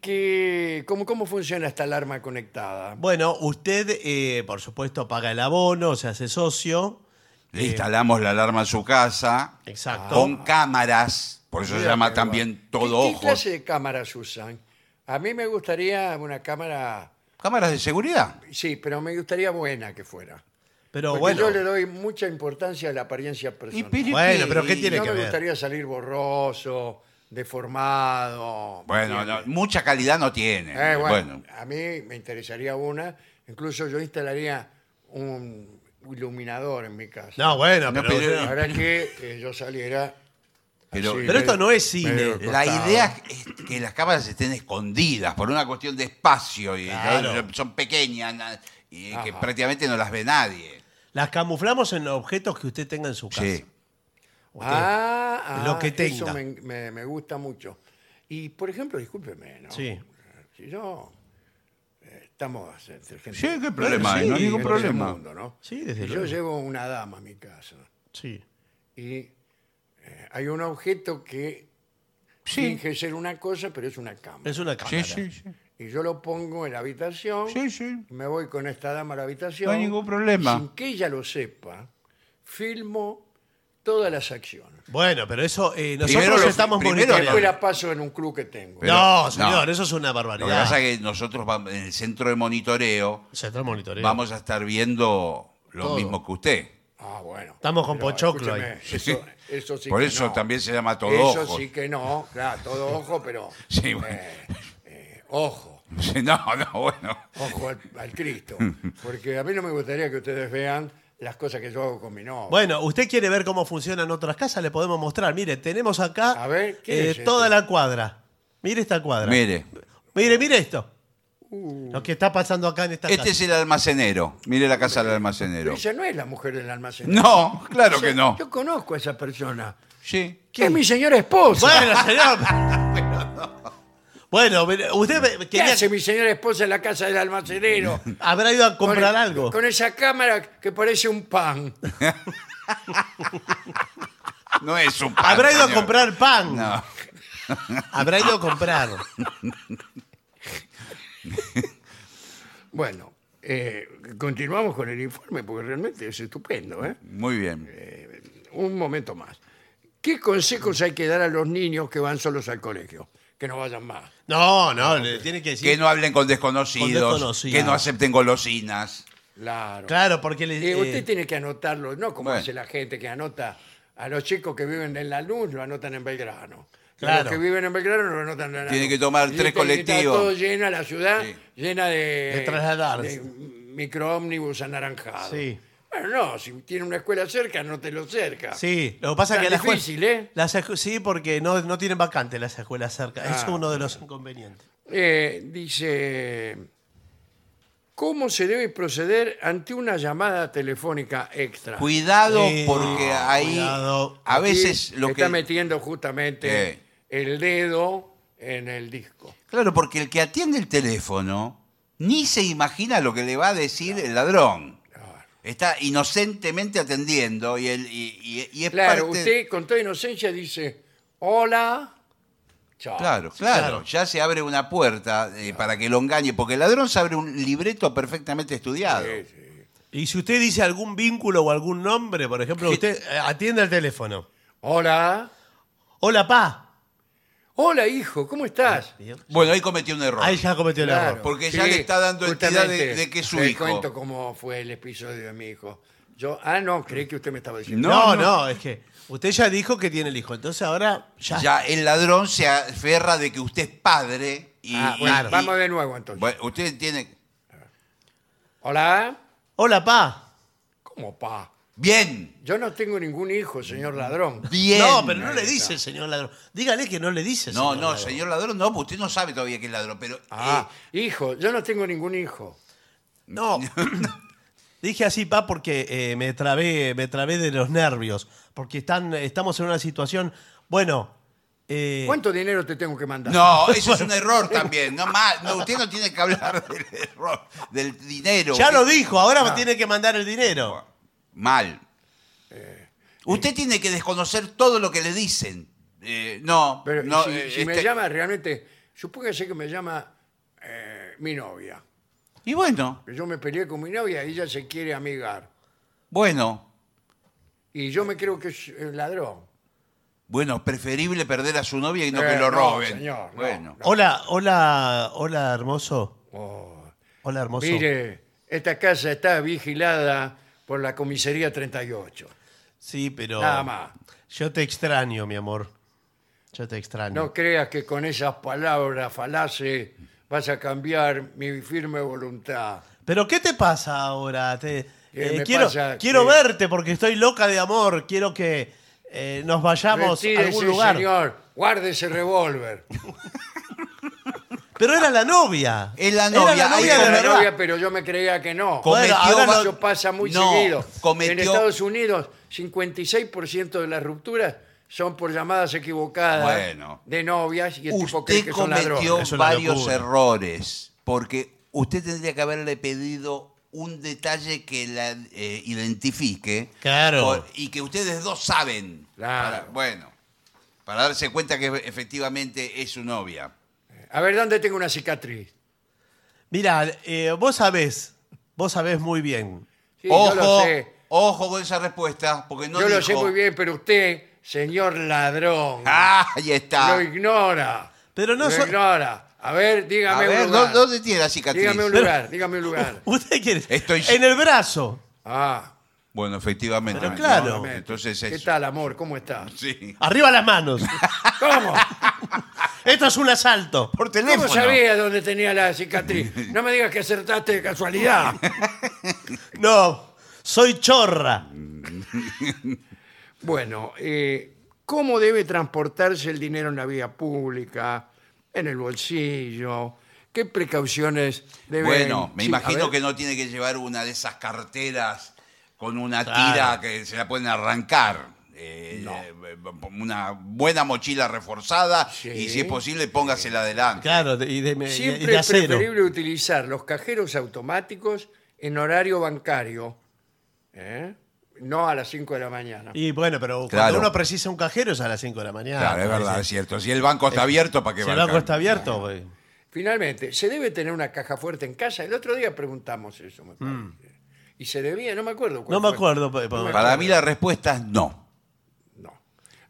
que, ¿cómo, ¿cómo funciona esta alarma conectada?
Bueno, usted, eh, por supuesto, paga el abono, se hace socio.
Le instalamos la alarma a su casa.
Exacto.
Con cámaras. Por eso se
Mira,
llama
pero
también
bueno.
todo
¿Qué, ¿Qué
ojos.
clase de cámaras usan? A mí me gustaría una cámara,
¿Cámaras de seguridad?
sí, pero me gustaría buena que fuera.
Pero
Porque
bueno,
yo le doy mucha importancia a la apariencia personal.
pero-
Bueno, pero ¿qué
y-
tiene
no
que
me
ver?
gustaría salir borroso, deformado.
Bueno, no, mucha calidad no tiene.
Eh, bueno,
bueno.
a mí me interesaría una. Incluso yo instalaría un iluminador en mi casa.
no, bueno,
No,
pero,
pero-
pero,
Ahora que eh, yo saliera.
Pero-
así,
Pero
esto no es cine.
medio
La
costado.
idea es que las cámaras estén escondidas por una cuestión de espacio y
Claro.
son pequeñas na- y que
Ajá.
prácticamente no las ve nadie.
las camuflamos en objetos que usted tenga en su casa.
Sí.
Usted-
Ah, ah,
lo que
Eso
tenga.
me, me- me gusta mucho. Y, por ejemplo, discúlpeme, ¿no?
Sí.
Si yo. eh, Estamos entre gente.
Sí, ¿qué problema ¿eh?
hay? No hay
gente
ningún
del
problema.
mundo, ¿no?
Sí, desde
Si yo
luego.
llevo una dama a mi casa
sí.
y eh, hay un objeto que
Sí.
finge ser una cosa, pero es una cámara.
Es una cámara.
sí.
Y yo lo pongo en la habitación.
Sí, sí.
y Me voy con esta dama a la habitación.
No hay ningún problema.
Sin que ella lo sepa, filmo todas las acciones.
Bueno, pero eso eh, nosotros
Primero lo-
estamos
primero
monitoreando.
Después la paso en un club que tengo.
Pero-
no,
no.
señor, eso es una
Lo que
barbaridad.
pasa es que nosotros vamos, en el centro de monitoreo
Se está monitoreando.
vamos a estar viendo lo
Todo.
mismo que usted.
Ah, bueno.
Estamos con
Pero,
Pochoclo ahí.
escúcheme, Eso, eso sí
Por
que
eso
no.
también se llama todo
Eso
ojos.
sí que no. Claro, todo ojo, pero.
(laughs) Sí, bueno. (laughs)
eh, eh, ojo.
Sí, No, no, bueno.
Ojo al, al
(laughs)
Cristo. Porque a mí no me gustaría que ustedes vean las cosas que yo hago con mi novia.
Bueno, usted quiere ver cómo funcionan otras casas, le podemos mostrar. Mire, tenemos acá
A ver, ¿qué
eh,
es
toda
esto?
la cuadra. Mire esta cuadra.
Mire,
mire, mire esto.
Uh.
Lo que está pasando acá en esta
este
casa.
es el almacenero. Mire la casa del almacenero.
Pero esa no es la mujer del almacén.
No, claro que no.
Yo conozco a esa persona.
Sí.
Es mi señora esposa.
(laughs)
Bueno, señor. bueno, mire, usted me-
¿Qué
quería
hace mi señora esposa en la casa del almacenero?
habrá ido a comprar
Con-
algo.
Con esa cámara que parece un pan.
No es un pan,
Habrá ido a
señor.
comprar pan.
No.
Habrá ido a comprar.
Bueno, eh, continuamos con el informe porque realmente es estupendo. ¿eh?
Muy bien.
Un momento más. ¿Qué consejos hay que dar a los niños que van solos al colegio? Que no vayan más.
No, no, le tiene que decir.
Que no hablen con desconocidos,
Con desconocidos.
que no acepten golosinas.
Claro.
Claro, porque le.
Eh, usted
eh,
tiene que anotarlo, no como
Bueno.
hace la gente que anota a los chicos que viven en la luz, lo anotan en Belgrano. Claro.
Claro.
Los que viven en Belgrano no notan nada.
Tiene que tomar
Y
tres
está- y
colectivos.
Está todo llena la ciudad,
Sí.
llena de,
De trasladarse.
de microómnibus anaranjados.
Sí.
Bueno, no, si tiene una escuela cerca, no te lo cerca.
Sí, lo que pasa es
Tan
que las escuelas-
difícil, ¿eh?
las escu- sí, porque no, no tienen vacante las escuelas cerca. Es
Ah.
uno de los inconvenientes.
Eh, dice, ¿cómo se debe proceder ante una llamada telefónica extra?
Cuidado,
Sí,
porque ahí
cuidado.
a
Aquí
veces lo
está
que.
metiendo justamente
Eh.
el dedo en el disco.
Claro, porque el que atiende el teléfono ni se imagina lo que le va a decir el ladrón. Está inocentemente atendiendo y, el, y, y- y es
Claro,
parte-
usted con toda inocencia dice, hola, chao.
Claro,
Sí,
claro,
claro.
Ya se abre una puerta eh, para que lo engañe, porque el ladrón se abre un libreto perfectamente estudiado.
Sí, sí.
Y si usted dice algún vínculo o algún nombre, por ejemplo, usted eh, atiende el teléfono.
Hola,
Hola, pa.
hola hijo, ¿cómo estás?
Bueno, ahí cometió un error.
Ahí ya cometió el error.
Porque ya le está dando entidad
justamente,
de- de que es su
le
hijo.
cuento cómo fue el episodio de mi hijo. Yo, ah, no, creí que usted me estaba diciendo.
No,
No, no,
no.
es que usted ya dijo que tiene el hijo, entonces ahora ya.
Ya el ladrón se aferra de que usted es padre y.
Ah,
y-
bueno,
y-
vamos de nuevo entonces.
Bueno, usted tiene.
Hola,
Hola, pa.
¿cómo pa?
Bien,
Yo no tengo ningún hijo, señor ladrón.
bien.
no, pero no
ahí
le
está.
dice el señor ladrón. Dígale que no le dice.
No, no,
ladrón.
señor ladrón, no, porque usted no sabe todavía que es ladrón, pero.
Ah,
eh,
hijo, yo no tengo ningún hijo.
No. Dije así, pa, porque eh, me trabé, me trabé de los nervios. Porque están, estamos en una situación. Bueno. eh,
¿Cuánto dinero te tengo que mandar? (laughs)
no, eso es un error también. No más, no, usted no tiene que hablar (laughs) del error, del dinero.
ya lo
Usted-
dijo, ahora
No.
tiene que mandar el dinero.
Mal.
Eh,
Usted tiene que desconocer todo lo que le dicen. Eh, no,
Pero
no,
si,
eh,
si me
este-
llama realmente, supóngase que me llama eh, mi novia.
Y bueno,
que Yo me peleé con mi novia y ella se quiere amigar.
bueno,
Y yo me creo que es el ladrón.
bueno, preferible perder a su novia y no
Eh,
que lo
no,
roben.
señor, no,
bueno,
no.
Hola, hola, hola, hermoso.
Oh,
Hola, hermoso.
mire, esta casa está vigilada por la comisaría 38.
Sí, pero.
Nada más.
Yo te extraño, mi amor. Yo te extraño.
No creas que con esas palabras falaces vas a cambiar mi firme voluntad.
Pero ¿qué te pasa ahora? Te-
¿Qué
eh,
me
quiero
pasa?
quiero
Que-
verte porque estoy loca de amor. Quiero que eh, nos vayamos a
Retírese,
algún lugar.
señor, guarde ese revólver.
Pero era la novia.
Es la
Era
novia,
la novia
ahí
Era
de
está
la
verdad.
novia, pero yo me creía que no.
Co- Cometió
ahora
va-
lo-
Eso pasa muy
No,
seguido.
cometió-
En Estados Unidos, 56% de las rupturas son por llamadas equivocadas
Bueno.
de novias y el tipo cree
usted
que son
cometió
ladrones.
Es una
varios
locura.
errores porque usted tendría que haberle pedido un detalle que la eh, identifique
Claro.
y que ustedes dos saben.
Claro.
Para- bueno, para darse cuenta que efectivamente es su novia.
A ver, ¿dónde tengo una cicatriz?
Mira, eh, vos sabés, vos sabés muy bien.
Sí,
ojo,
yo lo sé.
ojo con esa respuesta porque no
yo lo
dijo-
sé muy bien, pero usted, señor ladrón,
Ah, ahí está.
lo ignora.
Pero no
lo
so-
ignora. A ver,
A
dígame un
ver, ¿dó-
lugar.
¿dónde tiene la cicatriz?
dígame un lugar, dígame un lugar.
(laughs) ¿Usted quiere?
Estoy-
En el brazo.
Ah,
Bueno, efectivamente.
Pero claro.
¿no? Entonces
¿Qué
eso.
tal, amor? ¿Cómo estás?
Sí.
Arriba las
(laughs)
manos.
¿Cómo?
Esto es un asalto.
Por
¿Cómo
teléfono.
sabía dónde tenía la cicatriz?
(laughs)
No me digas que acertaste de casualidad.
No, soy chorra.
Bueno, eh, ¿cómo debe transportarse el dinero en la vía pública, en el bolsillo? ¿Qué precauciones debe
Bueno, me
Sí, a
imagino
ver,
que no tiene que llevar una de esas carteras con una
Claro.
tira que se la pueden arrancar. Eh, eh, Una buena mochila reforzada
Sí.
y si es posible póngasela adelante.
Claro, de- y de, y de- y
Siempre
de
es
acero.
preferible utilizar los cajeros automáticos en horario bancario, ¿eh? no a las 5 de la mañana.
Y bueno, pero cuando
Claro.
uno precisa un cajero es a las 5 de la mañana.
Claro, es
parece.
verdad, es cierto. Si el banco está abierto, ¿para qué
Eh, Si el
va a
banco está
cambiar?
abierto, güey.
Finalmente, ¿se debe tener una caja fuerte en casa? El otro día preguntamos eso, me parece. Y se debía, no me acuerdo. cuál
Mm. No
fue.
me acuerdo. pa- pa-
Para mí la respuesta es no.
No.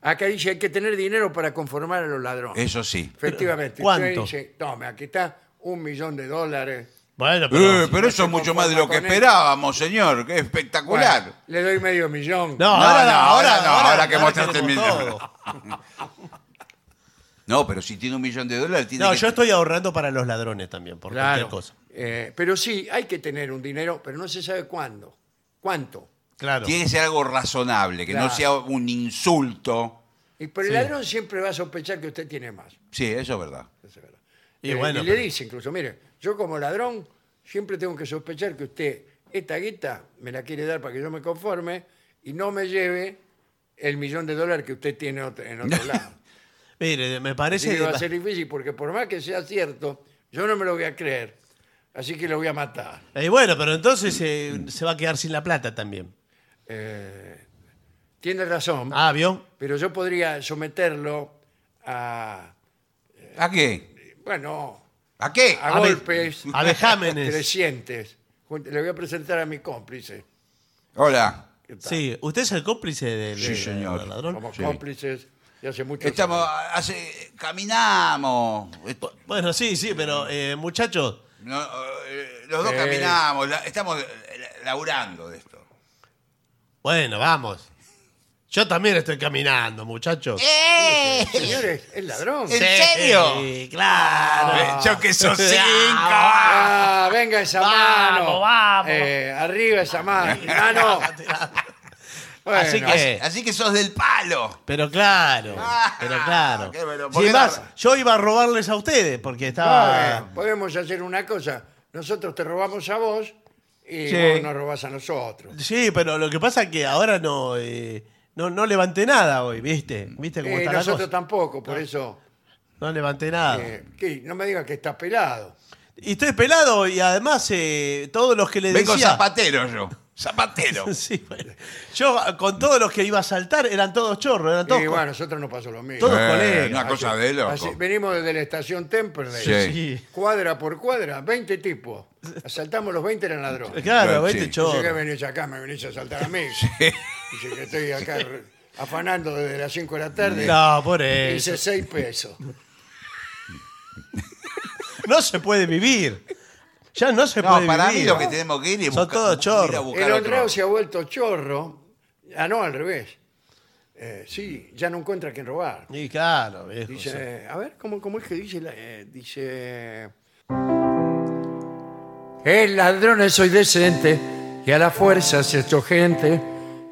Acá dice hay que tener dinero para conformar a los ladrones.
Eso sí.
Efectivamente. Usted
¿cuánto?
dice, tome, aquí está un millón de dólares.
Bueno, pero.
Eh, pero eso es
no se
mucho más de lo que
conforma con
esperábamos, señor. Qué espectacular.
Bueno, le doy medio millón.
No,
No,
ahora,
no,
ahora,
este ahora no, ahora que mostraste
queremos
el millón.
todo.
No, pero si tiene un millón de dólares, tiene
(laughs) No,
que-
yo estoy ahorrando para los ladrones también, por
Claro.
cualquier cosa.
Eh, pero sí, hay que tener un dinero, pero no se sabe cuándo. ¿Cuánto?
Claro.
tiene que ser algo razonable, que no
Claro.
sea un insulto.
Y pero el
Sí.
ladrón siempre va a sospechar que usted tiene más.
Sí, eso es verdad.
Eso es verdad.
Y
Eh,
bueno,
le
pero-
dice incluso, mire, yo como ladrón siempre tengo que sospechar que usted esta guita me la quiere dar para que yo me conforme y no me lleve el millón de dólares que usted tiene ot- en
(laughs)
otro lado.
Mire, me
Así
parece.
que va a ser difícil porque por más que sea cierto, yo no me lo voy a creer. Así que lo voy a matar.
Eh, bueno, pero entonces eh, se va a quedar sin la plata también.
Eh, tiene razón,
Ah, ¿vio?
pero yo podría someterlo a,
¿A qué?
bueno,
¿A qué?
a,
A ve-
golpes
a vejámenes.
(laughs)
crecientes. Junt- Le voy a presentar a mi cómplice.
Hola.
¿Qué tal?
(laughs) Sí, usted es el cómplice del,
Sí, señor.
del ladrón.
Somos
Sí.
cómplices y hace mucho
Estamos, hace, caminamos. Est-
Bueno, sí, sí, pero eh, muchachos,
no, eh, los dos
Eh.
caminamos, la- estamos eh, laburando de esto.
bueno, vamos. Yo también estoy caminando, muchachos.
Señores, es ladrón.
¿En serio?
Sí, eh, claro.
Eh, Yo que sos cinco.
Ah, venga esa
Vamos,
mano.
vamos.
Eh, arriba esa mano. Mano.
Ah.
Bueno,
Así que-
Así, así que sos del palo.
Pero claro,
Ah,
pero claro.
qué bueno,
Si
porque
es más,
la-
yo iba a robarles a ustedes porque
ah,
estaba...
podemos hacer una cosa. Nosotros te robamos a vos y
Sí.
vos nos robás a nosotros.
Sí, pero lo que pasa es que ahora no, eh, no, no levanté nada hoy, ¿viste? ¿Viste cómo
Eh,
está la
nosotros
cosa? Ah.
tampoco, por eso.
No levanté nada.
eh, ¿qué? no me digas que estás pelado.
Y estoy pelado y además eh, todos los que le
Vengo
decía...
zapatero yo. Zapatero.
(laughs) Sí, bueno. Yo ah, con todos los que iba a saltar eran todos chorros, eran todos...
Y bueno, a nosotros nos pasó lo mismo.
Todos
Eh,
colegas.
Una cosa de
Así,
loco.
venimos desde la estación Temperley.
Sí.
Sí.
Cuadra por cuadra, 20 tipos. Asaltamos los 20 eran ladrones.
Claro,
Sí.
viste,
Sí.
Dice que
chorro.
venís acá, me venís a saltar a mí. Dice que estoy acá re- afanando desde las 5 de la tarde.
No, por eso.
Hice 6 pesos.
No se puede vivir. Ya no se
No,
puede
para
vivir.
mí lo que tenemos que ir es
Son
buscar-
todos chorros.
ir a buscar
El
otro.
honrado se ha vuelto chorro. Ah, no, al revés. Eh, sí, ya no encuentra a quien robar.
Y claro, viejo.
Dice,
sí.
eh, a ver, ¿cómo, cómo es que dice? la- eh, dice... El ladrón soy decente y a la fuerza se ha hecho gente.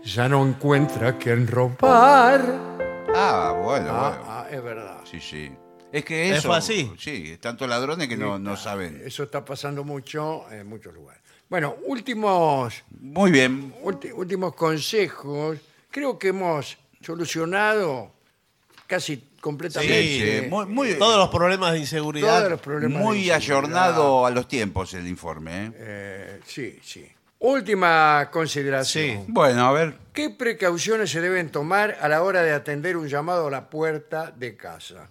Ya no encuentra a quien robar.
Ah, bueno, bueno.
Ah, ah, es verdad.
Sí, sí. Es que eso.
Es así.
Sí, tantos ladrones que no, no saben.
Eso está pasando mucho en muchos lugares. Bueno, últimos,
Muy bien.
ulti- últimos consejos. Creo que hemos solucionado casi completamente
Sí, sí, muy- muy-
Todos los problemas de inseguridad.
todos los problemas. de
Muy
inseguridad.
ayornado a los tiempos el informe. ¿eh?
Eh, sí, sí. Última consideración.
Sí.
Bueno, a ver.
¿Qué precauciones se deben tomar a la hora de atender un llamado a la puerta de casa?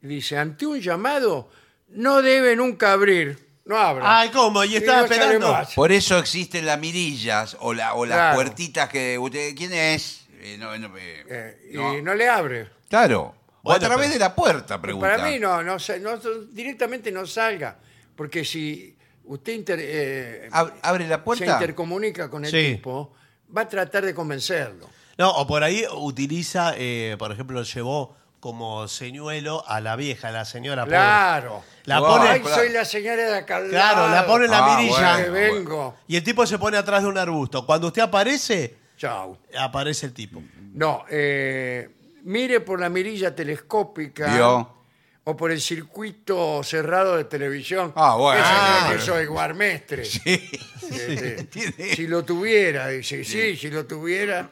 Dice, ante un llamado no debe nunca abrir. No abra.
Ay, ¿cómo? Y estaba
no sale
esperando.
más.
Por eso existen las mirillas o, la, o las
Claro.
puertitas que. Usted, ¿Quién es? Eh, no, no, eh,
Eh, y
no.
no le abre.
Claro. o a
Bueno,
través
pero-
de la puerta, pregunta.
Para mí no, no, sa- no, directamente no salga, porque si usted inter- eh,
Ab- abre la
se
puerta.
intercomunica con el
Ah, Sí.
tipo, va a tratar de convencerlo.
No, o por ahí utiliza, eh, por ejemplo, llevó como señuelo a la vieja, a la señora. pobre.
Claro.
La
Wow.
pone-
Ay,
claro.
soy la señora de acá. al
Claro, la
lado,
pone en la
Ah,
mirilla.
que
bueno.
vengo.
Y el tipo se pone atrás de un arbusto. Cuando usted aparece,
Chao.
aparece el tipo.
No, eh, mire por la mirilla telescópica.
Vio.
O por el circuito cerrado de televisión.
Ah, bueno.
Ese
Ah.
cree que soy guarmestre.
(laughs)
Este, si lo tuviera, dice, sí, si lo tuviera.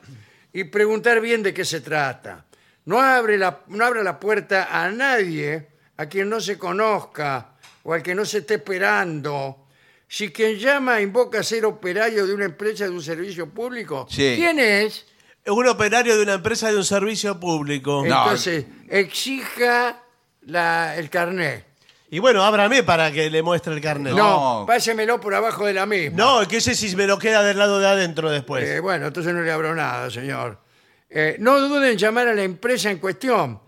Y preguntar bien de qué se trata. No abre la, no abra la puerta a nadie a quien no se conozca o al que no se esté esperando. Si quien llama invoca a ser operario de una empresa de un servicio público,
Sí.
¿quién es?
Un operario de una empresa de un servicio público.
No.
Entonces, exija la- el carnet.
Y bueno, ábrame para que le muestre el carnet.
No,
No.
pásemelo por abajo de la misma.
No, pues. que ese si me lo queda del lado de adentro después.
Eh, bueno, entonces no le abro nada, señor. Eh, no duden en llamar a la empresa en cuestión.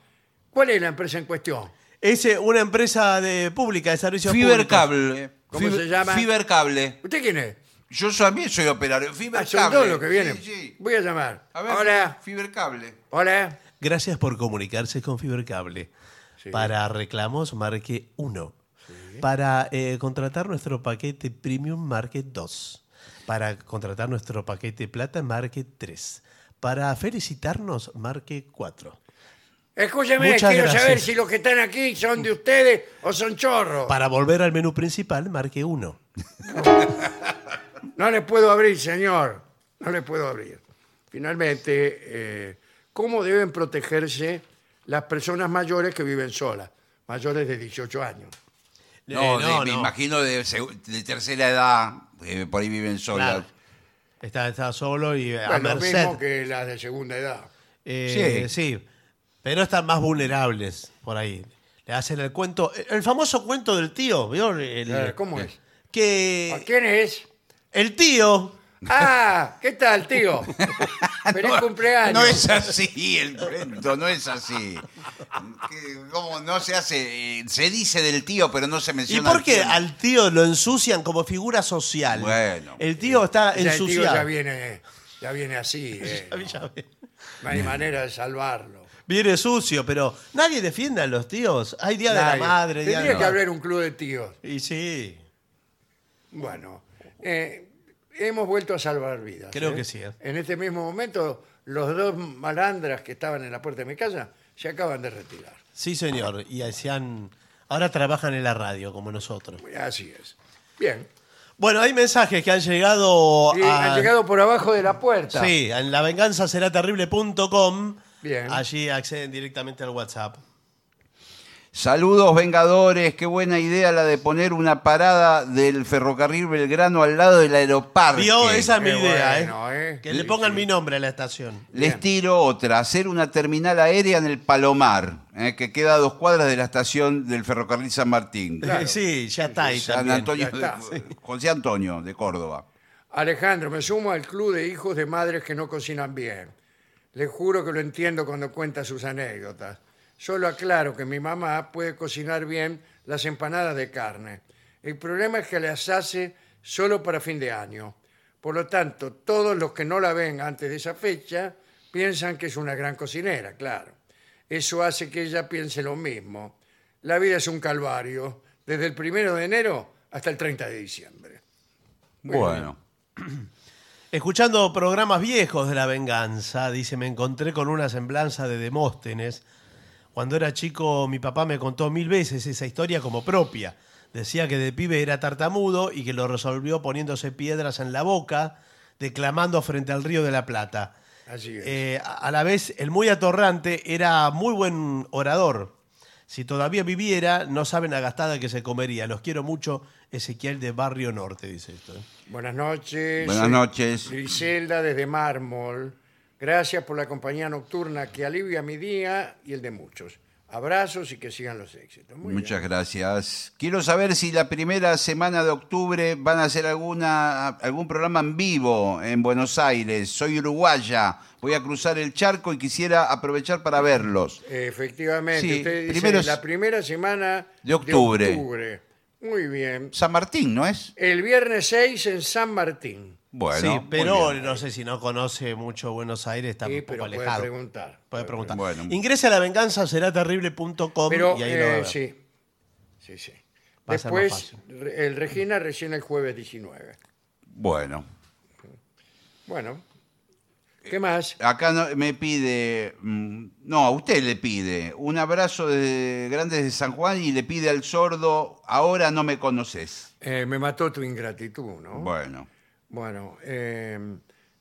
¿Cuál es la empresa en cuestión?
Es eh, una empresa de pública de servicios públicos.
Fibercable.
¿Cómo se llama?
Fibercable.
¿Usted quién es?
Yo también soy operario.
Ah, son dos
Fibercable.
los que vienen.
Sí, sí.
Voy a llamar.
A ver,
Hola,
Fibercable.
hola.
Gracias por comunicarse con Fibercable.
Sí.
Para reclamos, marque 1. Para eh, contratar nuestro paquete Premium, marque 2. Para contratar nuestro paquete Plata, marque 3. Para felicitarnos, marque 4.
Escúcheme,
Muchas
quiero
gracias.
saber si los que están aquí son de ustedes o son chorros.
Para volver al menú principal, marque 1.
No le puedo abrir, señor. No le puedo abrir. Finalmente, eh, ¿cómo deben protegerse las personas mayores que viven solas? Mayores de 18 años.
No,
Eh,
de- me imagino de, seg- de tercera edad, eh, por ahí viven solas.
Claro. Está, está solo y eh, a
Bueno, lo
merced.
mismo que las de segunda edad.
Eh,
Sí.
sí. pero están más vulnerables por ahí. Le hacen el cuento, el famoso cuento del tío, ¿vio? El-
Claro, Eh, ¿Cómo es? ¿A
Que
quién es?
el tío,
Ah, ¿qué tal,
(laughs)
tío? Feliz cumpleaños.
No es así el cuento, no es así. Que- ¿Cómo no se hace? Eh, Se dice del tío, pero no se
¿y
menciona.
por qué
al tío.
al tío lo ensucian como figura social?
Bueno.
el tío está
Ya el tío ya
ensuciado.
viene, ya viene así. eh,
(laughs) Ya vi- ya vi.
No hay manera de salvarlo.
Viene sucio, pero nadie defiende a los tíos. Hay día de
Nadie.
la madre, día
Tendría
de-
que haber un club de tíos.
Y sí,
Bueno, eh, hemos vuelto a salvar vidas.
Creo
¿eh?
que sí, ¿eh?
En este mismo momento, los dos malandras que estaban en la puerta de mi casa se acaban de retirar.
sí señor. Y así han- ahora trabajan en la radio como nosotros.
Así es. Bien.
Bueno, hay mensajes que han llegado
Y
a...
han llegado por abajo de la puerta.
Oh, ah. Sí, en lavenganzaseraterrible.com.
Bien.
Allí acceden directamente al WhatsApp.
Saludos, Vengadores. Qué buena idea la de poner una parada del ferrocarril Belgrano al lado del aeroparque.
Vio, esa es mi
Qué
idea,
bueno,
¿eh?
¿eh?
Que
Sí,
le pongan
sí.
mi nombre a la estación.
Les tiro otra, hacer una terminal aérea en el Palomar, eh, que queda a dos cuadras de la estación del ferrocarril San Martín.
Claro.
Sí, ya está ahí
San
también.
Antonio
ya está.
de- José Antonio, de Córdoba.
Alejandro, me sumo al club de hijos de madres que no cocinan bien. Les juro que lo entiendo cuando cuenta sus anécdotas. Solo aclaro que mi mamá puede cocinar bien las empanadas de carne. El problema es que las hace solo para fin de año. Por lo tanto, todos los que no la ven antes de esa fecha piensan que es una gran cocinera, claro. Eso hace que ella piense lo mismo. La vida es un calvario, desde el primero de enero hasta el 30 de diciembre.
Bueno,
Escuchando programas viejos de la venganza, dice, me encontré con una semblanza de Demóstenes. Cuando era chico, mi papá me contó mil veces esa historia como propia. Decía que de pibe era tartamudo y que lo resolvió poniéndose piedras en la boca, declamando frente al río de la Plata.
Así es.
Eh, a a la vez, el muy atorrante era muy buen orador. Si todavía viviera, no saben la gastada que se comería. Los quiero mucho, Ezequiel de Barrio Norte, dice esto. ¿eh?
Buenas noches.
buenas noches.
Griselda desde Mármol. Gracias por la compañía nocturna que alivia mi día y el de muchos. Abrazos y que sigan los éxitos. Muy bien.
Muchas gracias. Quiero saber si la primera semana de octubre van a hacer alguna, algún programa en vivo en Buenos Aires. Soy uruguaya, voy a cruzar el charco y quisiera aprovechar para verlos.
Efectivamente,
Sí,
usted dice
primeros-
la primera semana
de octubre.
octubre. Muy bien.
San Martín, ¿no es?
El viernes 6 en San Martín.
Bueno,
sí,
muy
pero
bien.
no sé si no conoce mucho Buenos Aires, está
Sí,
un poco
pero puede
alejado.
preguntar.
Puede preguntar.
Bueno.
Ingrese a lavenganzaseraterrible.com
Pero
y ahí lo va a
eh,
ver.
sí. Sí, sí.
Va a ser más
Después,
fácil.
re- el Regina recién el jueves 19.
bueno.
Bueno, ¿qué más?
Acá no- me pide, mm, no, a usted le pide un abrazo de Grandes de San Juan y le pide al sordo, ahora no me conoces.
Eh, me mató tu ingratitud, ¿no?
Bueno,
Bueno, eh,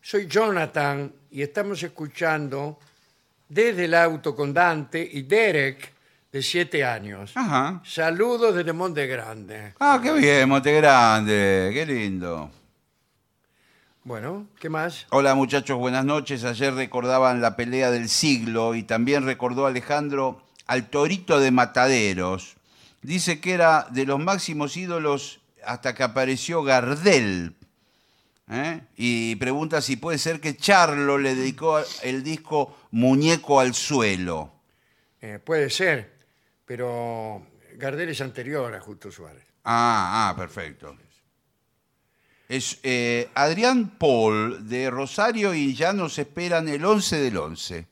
soy Jonathan y estamos escuchando desde el auto con Dante y Derek, de 7 años.
ajá.
Saludos desde Monte Grande.
Ah, qué bien, Monte Grande, qué lindo.
Bueno, ¿qué más?
Hola muchachos, buenas noches. Ayer recordaban la pelea del siglo y también recordó Alejandro al Torito de Mataderos. Dice que era de los máximos ídolos hasta que apareció Gardel. ¿Eh? Y pregunta si puede ser que Charlo le dedicó el disco Muñeco al Suelo.
Eh, puede ser, pero Gardel es anterior a Justo Suárez.
Ah, ah, perfecto. Es, eh, Adrián Paul de Rosario y ya nos esperan el 11 del 11.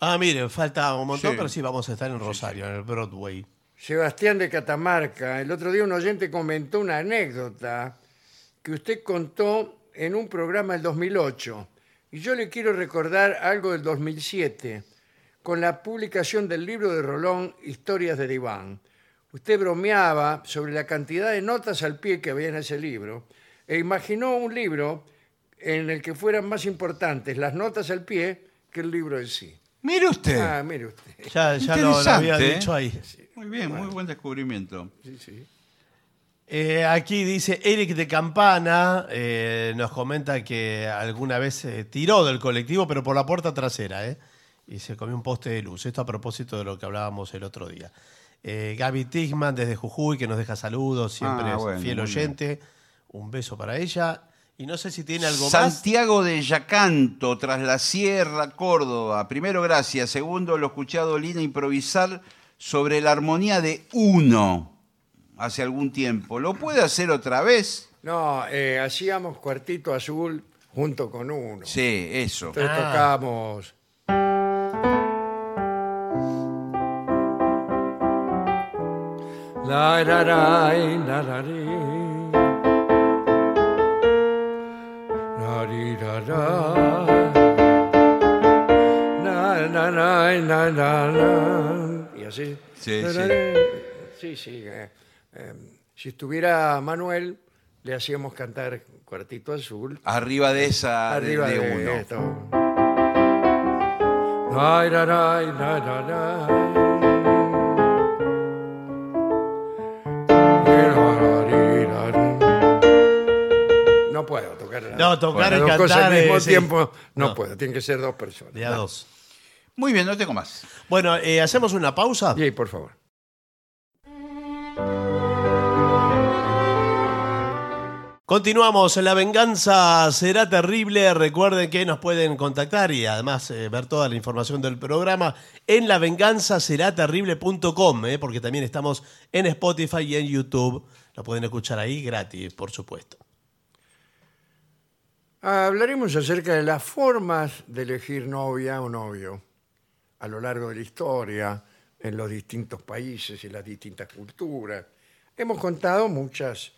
Ah, mire, falta un montón,
Sí.
pero sí vamos a estar en Rosario, en el Broadway.
Sebastián de Catamarca, el otro día un oyente comentó una anécdota que usted contó en un programa del 2008. Y yo le quiero recordar algo del 2007, con la publicación del libro de Rolón, Historias de Diván. Usted bromeaba sobre la cantidad de notas al pie que había en ese libro e imaginó un libro en el que fueran más importantes las notas al pie que el libro en sí.
Mire usted.
Ah, mire usted.
Ya, ya lo- lo, había
Interesante, ¿eh?
dicho ahí.
Muy bien, muy buen descubrimiento.
Sí, sí.
Eh, aquí dice Eric de Campana, eh, nos comenta que alguna vez se tiró del colectivo, pero por la puerta trasera, ¿eh? Y se comió un poste de luz. Esto a propósito de lo que hablábamos el otro día. Eh, Gaby Tigman desde Jujuy, que nos deja saludos, siempre
Ah,
es
bueno,
fiel
muy
oyente. Un beso para ella. Y no sé si tiene algo más.
Santiago de Yacanto, tras la Sierra, Córdoba. Primero, gracias. Segundo, lo escuché a Dolina improvisar sobre la armonía de uno hace algún tiempo. ¿Lo puede hacer otra vez?
No, eh, hacíamos cuartito azul junto con uno.
Sí, eso.
Entonces
Ah.
tocamos. La, ra, ra, y la, ra, ri. La, ri, ra, ra. Na, na, na, y na, na, na. Y así.
Sí,
Ra,
sí.
ra, ri. Sí, sí, eh, eh, si estuviera Manuel, le hacíamos cantar Cuartito Azul
Arriba de esa de-
arriba
de,
de, este.
uno.
esto. Ay, ra, ra, ay, ra, ra, ra. Ay, ra, ra, ri, ra, ra. No puedo tocar la-
No, tocar
las
y
dos
cantar
cosas al
es-
mismo
sí.
tiempo no,
No.
puedo, tienen que ser dos personas.
De a dos.
Muy bien, no tengo más.
Bueno, eh, hacemos una pausa.
Jay, por favor.
Continuamos, la venganza será terrible. Recuerden que nos pueden contactar y además eh, ver toda la información del programa en lavenganzaseraterrible.com, eh, porque también estamos en Spotify y en YouTube. Lo pueden escuchar ahí gratis, por supuesto.
Hablaremos acerca de las formas de elegir novia o novio a lo largo de la historia, en los distintos países, en las distintas culturas. Hemos contado muchas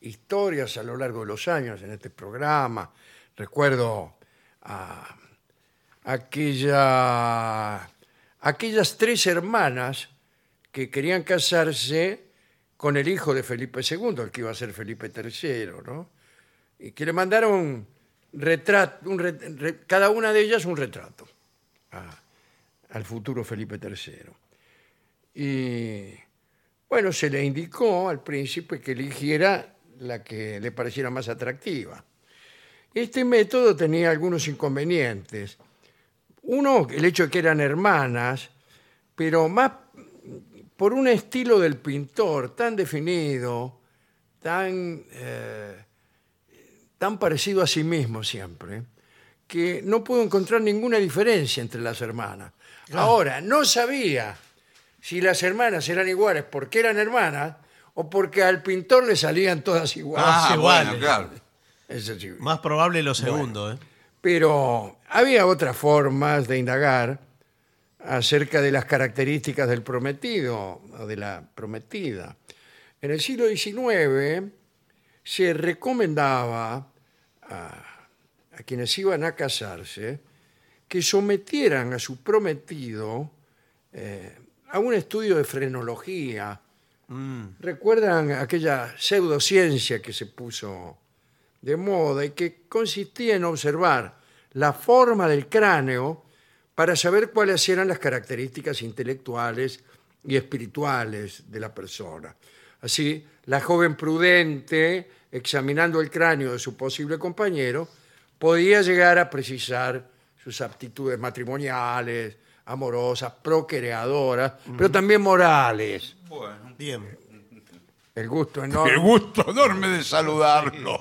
historias a lo largo de los años en este programa. Recuerdo a aquella, aquellas tres hermanas que querían casarse con el hijo de Felipe II, el que iba a ser Felipe III, ¿no? y que le mandaron retrato, un re- re- cada una de ellas un retrato a- al futuro Felipe III. Y bueno, se le indicó al príncipe que eligiera la que le pareciera más atractiva. Este método tenía algunos inconvenientes. Uno, el hecho de que eran hermanas, pero más por un estilo del pintor tan definido, tan eh, tan parecido a sí mismo siempre, que no pudo encontrar ninguna diferencia entre las hermanas.
Ah.
Ahora, no sabía si las hermanas eran iguales porque eran hermanas o porque al pintor le salían todas iguales.
Ah, sí,
bueno,
vale.
claro.
Eso sí.
Más probable lo segundo. eh.
Pero había otras formas de indagar acerca de las características del prometido o de la prometida. En el siglo XIX se recomendaba a, a quienes iban a casarse que sometieran a su prometido eh, a un estudio de frenología. ¿Recuerdan aquella pseudociencia que se puso de moda y que consistía en observar la forma del cráneo para saber cuáles eran las características intelectuales y espirituales de la persona. Así, la joven prudente, examinando el cráneo de su posible compañero, podía llegar a precisar sus aptitudes matrimoniales, amorosas, procreadoras, pero también morales.
Bien.
El gusto enorme.
Qué gusto enorme de saludarlo.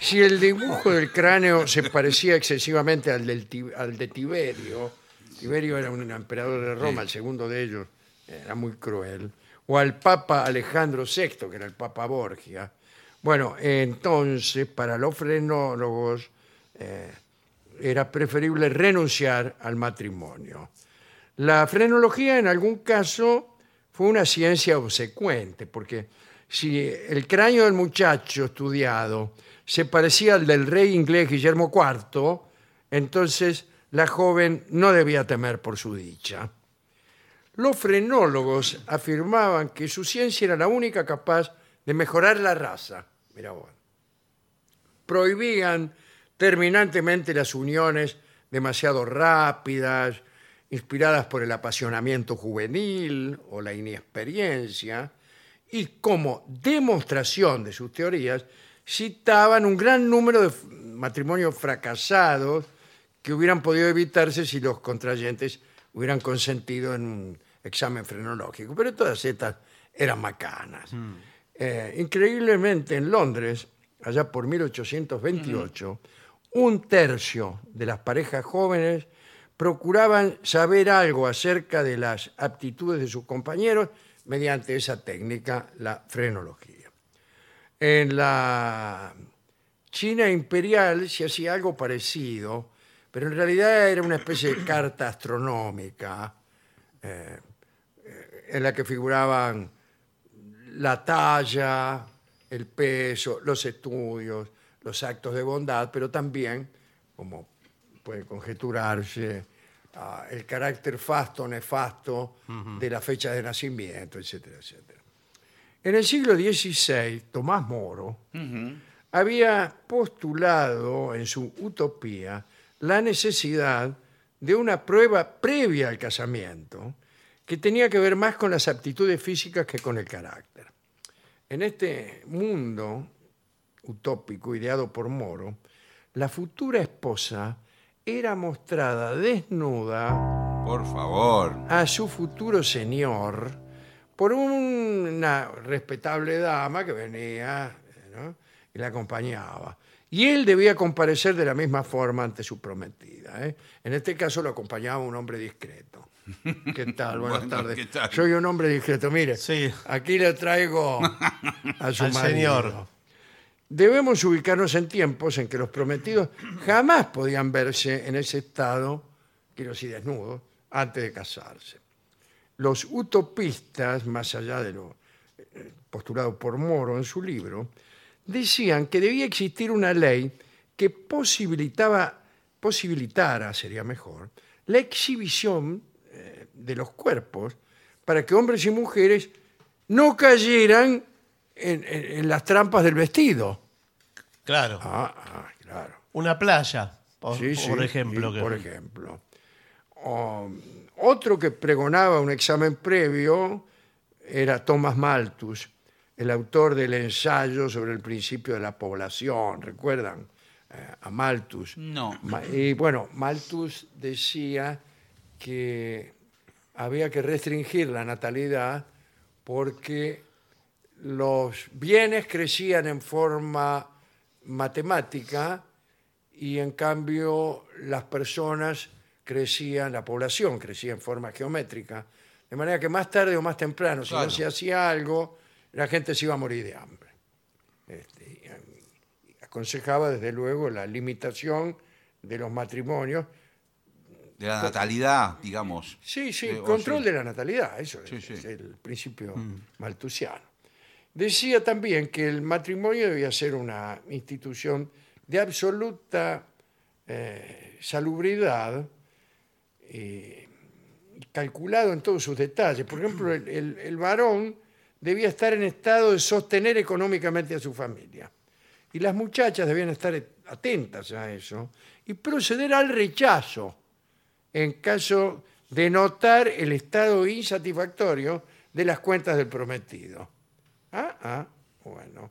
Si el dibujo del cráneo se parecía excesivamente al, del Ti- al de Tiberio, Tiberio era un emperador de Roma, el segundo de ellos, era muy cruel, o al Papa Alejandro VI, que era el Papa Borgia. Bueno, entonces, para los frenólogos, eh, era preferible renunciar al matrimonio. La frenología en algún caso fue una ciencia obsecuente, porque si el cráneo del muchacho estudiado se parecía al del rey inglés Guillermo IV, entonces la joven no debía temer por su dicha. Los frenólogos afirmaban que su ciencia era la única capaz de mejorar la raza. Mirá vos. Prohibían terminantemente las uniones demasiado rápidas, inspiradas por el apasionamiento juvenil o la inexperiencia, y como demostración de sus teorías, citaban un gran número de f- matrimonios fracasados que hubieran podido evitarse si los contrayentes hubieran consentido en un examen frenológico. Pero todas estas eran macanas. Eh, increíblemente, en Londres, allá por 1828, un tercio de las parejas jóvenes procuraban saber algo acerca de las aptitudes de sus compañeros mediante esa técnica, la frenología. En la China imperial se hacía algo parecido, pero en realidad era una especie de carta astronómica eh, eh, en la que figuraban la talla, el peso, los estudios, los actos de bondad, pero también, como puede conjeturarse, ah, el carácter fasto o nefasto de la fecha de nacimiento, etcétera, etcétera. En el siglo XVI, Tomás Moro, había postulado en su utopía la necesidad de una prueba previa al casamiento que tenía que ver más con las aptitudes físicas que con el carácter. En este mundo utópico ideado por Moro, la futura esposa era mostrada desnuda
Por favor.
a su futuro señor por una respetable dama que venía ¿no? y la acompañaba. Y él debía comparecer de la misma forma ante su prometida. ¿eh? En este caso lo acompañaba un hombre discreto. ¿Qué
(laughs)
tal? Buenas
Bueno,
tardes.
¿qué tal?
Soy un hombre discreto. Mire,
Sí.
aquí le
(laughs)
traigo a su
Al
marido.
señor.
Debemos ubicarnos en tiempos en que los prometidos jamás podían verse en ese estado, quiero decir desnudos, antes de casarse. Los utopistas, más allá de lo eh, postulado por Moro en su libro, decían que debía existir una ley que posibilitaba, posibilitara, sería mejor, la exhibición eh, de los cuerpos para que hombres y mujeres no cayeran en- en- en las trampas del vestido.
Claro.
Ah, ah, claro.
Una playa, por,
Sí, sí,
por ejemplo.
sí,
que-
por ejemplo. O, otro que pregonaba un examen previo era Thomas Malthus, el autor del ensayo sobre el principio de la población. ¿Recuerdan eh, a Malthus?
No.
Ma- Y bueno, Malthus decía que había que restringir la natalidad porque los bienes crecían en forma matemática y en cambio las personas crecían, la población crecía en forma geométrica. De manera que más tarde o más temprano, si no
Claro.
se hacía algo, la gente se iba a morir de hambre. Este, y a- y aconsejaba desde luego la limitación de los matrimonios.
De la natalidad, digamos.
Sí, sí,
Eh, o
control
sí.
de la natalidad, eso es-
Sí, Mm. sí.
es el principio maltusiano. Decía también que el matrimonio debía ser una institución de absoluta eh, salubridad eh, y calculado en todos sus detalles. Por ejemplo, el, el- el varón debía estar en estado de sostener económicamente a su familia. Y las muchachas debían estar atentas a eso y proceder al rechazo en caso de notar el estado insatisfactorio de las cuentas del prometido. Ah, ah, bueno.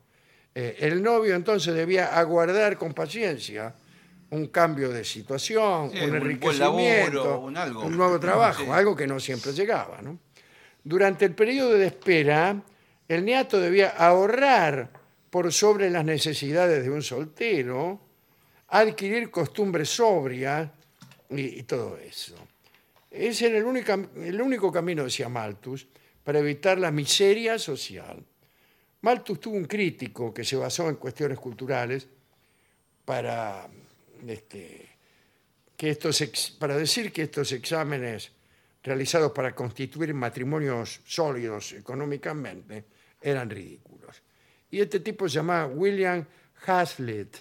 Eh, el novio entonces debía aguardar con paciencia un cambio de situación,
Sí, un
un
buen
enriquecimiento,
laburo, un algo.
nuevo trabajo,
Sí.
algo que no siempre llegaba. ¿no? Durante el periodo de espera, el neato debía ahorrar por sobre las necesidades de un soltero, adquirir costumbres sobrias y, y todo eso. Ese era el único, el único camino, decía Malthus, para evitar la miseria social. Malthus tuvo un crítico que se basó en cuestiones culturales para este, que estos ex- para decir que estos exámenes realizados para constituir matrimonios sólidos económicamente eran ridículos. Y este tipo se llamaba William Hazlitt.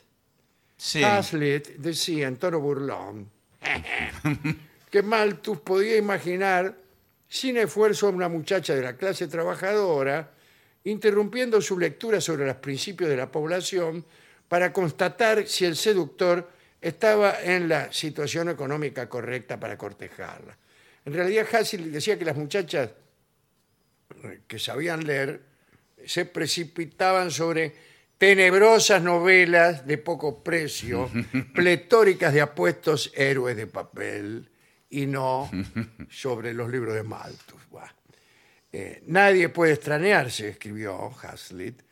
Sí.
Ah, Hazlitt decía en tono burlón que Malthus podía imaginar sin esfuerzo a una muchacha de la clase trabajadora interrumpiendo su lectura sobre los principios de la población para constatar si el seductor estaba en la situación económica correcta para cortejarla. En realidad Hazlitt decía que las muchachas que sabían leer se precipitaban sobre tenebrosas novelas de poco precio, pletóricas de apuestos héroes de papel y no sobre los libros de Malthus. Buah. Eh, nadie puede extrañarse, escribió Hazlitt,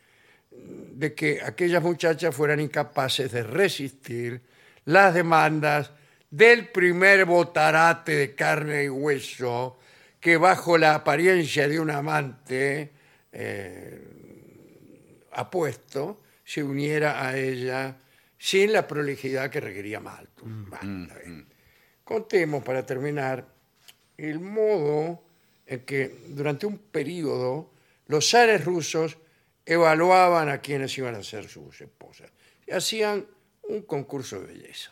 de que aquellas muchachas fueran incapaces de resistir las demandas del primer botarate de carne y hueso que bajo la apariencia de un amante eh, apuesto se uniera a ella sin la prolijidad que requería Malthus. Bueno, está bien. Contemos para terminar el modo en que durante un periodo los zares rusos evaluaban a quienes iban a ser sus esposas. Hacían un concurso de belleza.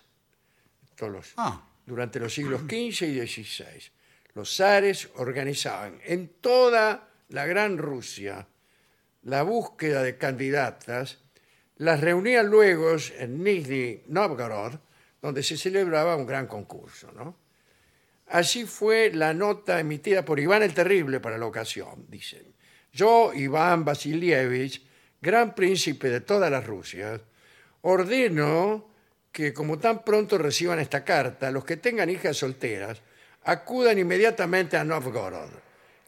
Todos los-
Ah.
Durante los siglos XV y XVI, los zares organizaban en toda la Gran Rusia la búsqueda de candidatas, las reunían luego en Nizhny Novgorod, donde se celebraba un gran concurso. ¿no? Así fue la nota emitida por Iván el Terrible para la ocasión, dicen. Yo, Iván Vasilievich, gran príncipe de todas las Rusias, ordeno que como tan pronto reciban esta carta, los que tengan hijas solteras acudan inmediatamente a Novgorod.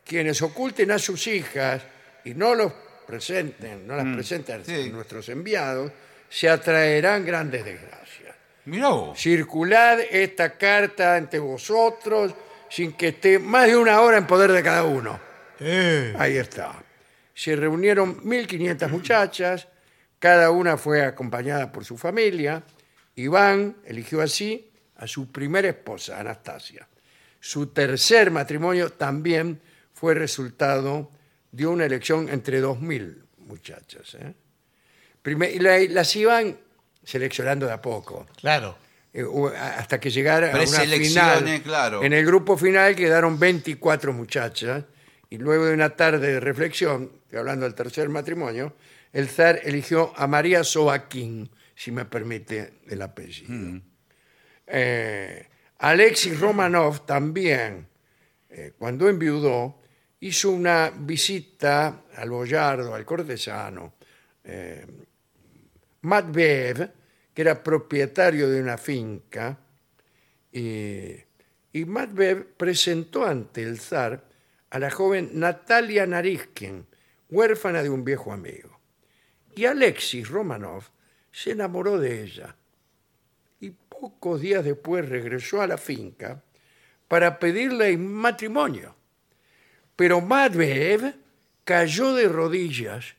Quienes oculten a sus hijas y no los presenten, no las presenten
sí.
nuestros enviados, se atraerán grandes desgracias
Mirá vos.
circulad esta carta ante vosotros sin que esté más de una hora en poder de cada uno.
Eh,
Ahí está. Se reunieron 1.500 muchachas, cada una fue acompañada por su familia. Iván eligió así a su primera esposa, Anastasia. Su tercer matrimonio también fue resultado de una elección entre 2.000 muchachas. ¿eh? Prime- y la- las iban seleccionando de a poco
claro.
eh, o- a- hasta que llegara a una
Preselecciones,
final.
claro.
En el grupo final quedaron 24 muchachas y luego de una tarde de reflexión, estoy hablando del tercer matrimonio, el zar eligió a María Sobaquín, si me permite el apellido.
Mm.
Eh, Alexis Romanov también, eh, cuando enviudó, hizo una visita al boyardo, al cortesano, Matveev, que era propietario de una finca, y, y Matveev presentó ante el zar a la joven Natalia Nariskin, huérfana de un viejo amigo. Y Alexis Romanov se enamoró de ella y pocos días después regresó a la finca para pedirle en matrimonio. Pero Matveev cayó de rodillas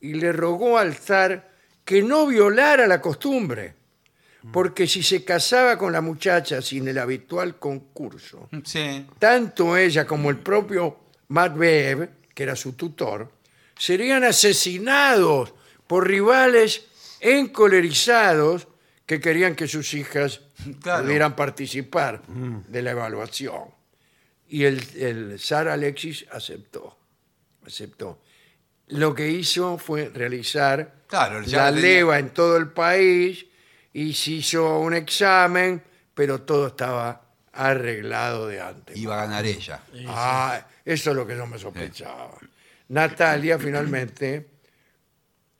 y le rogó al zar que no violara la costumbre, porque si se casaba con la muchacha sin el habitual concurso,
Sí.
tanto ella como el propio Matveev, que era su tutor, serían asesinados por rivales encolerizados que querían que sus hijas
Claro.
pudieran participar de la evaluación. Y el, el zar Alexis aceptó, aceptó. Lo que hizo fue realizar
Claro, ya
la
tenía-
leva en todo el país y se hizo un examen, pero todo estaba arreglado de antes.
Iba a ganar ella.
Ah, eso es lo que yo me sospechaba. Natalia finalmente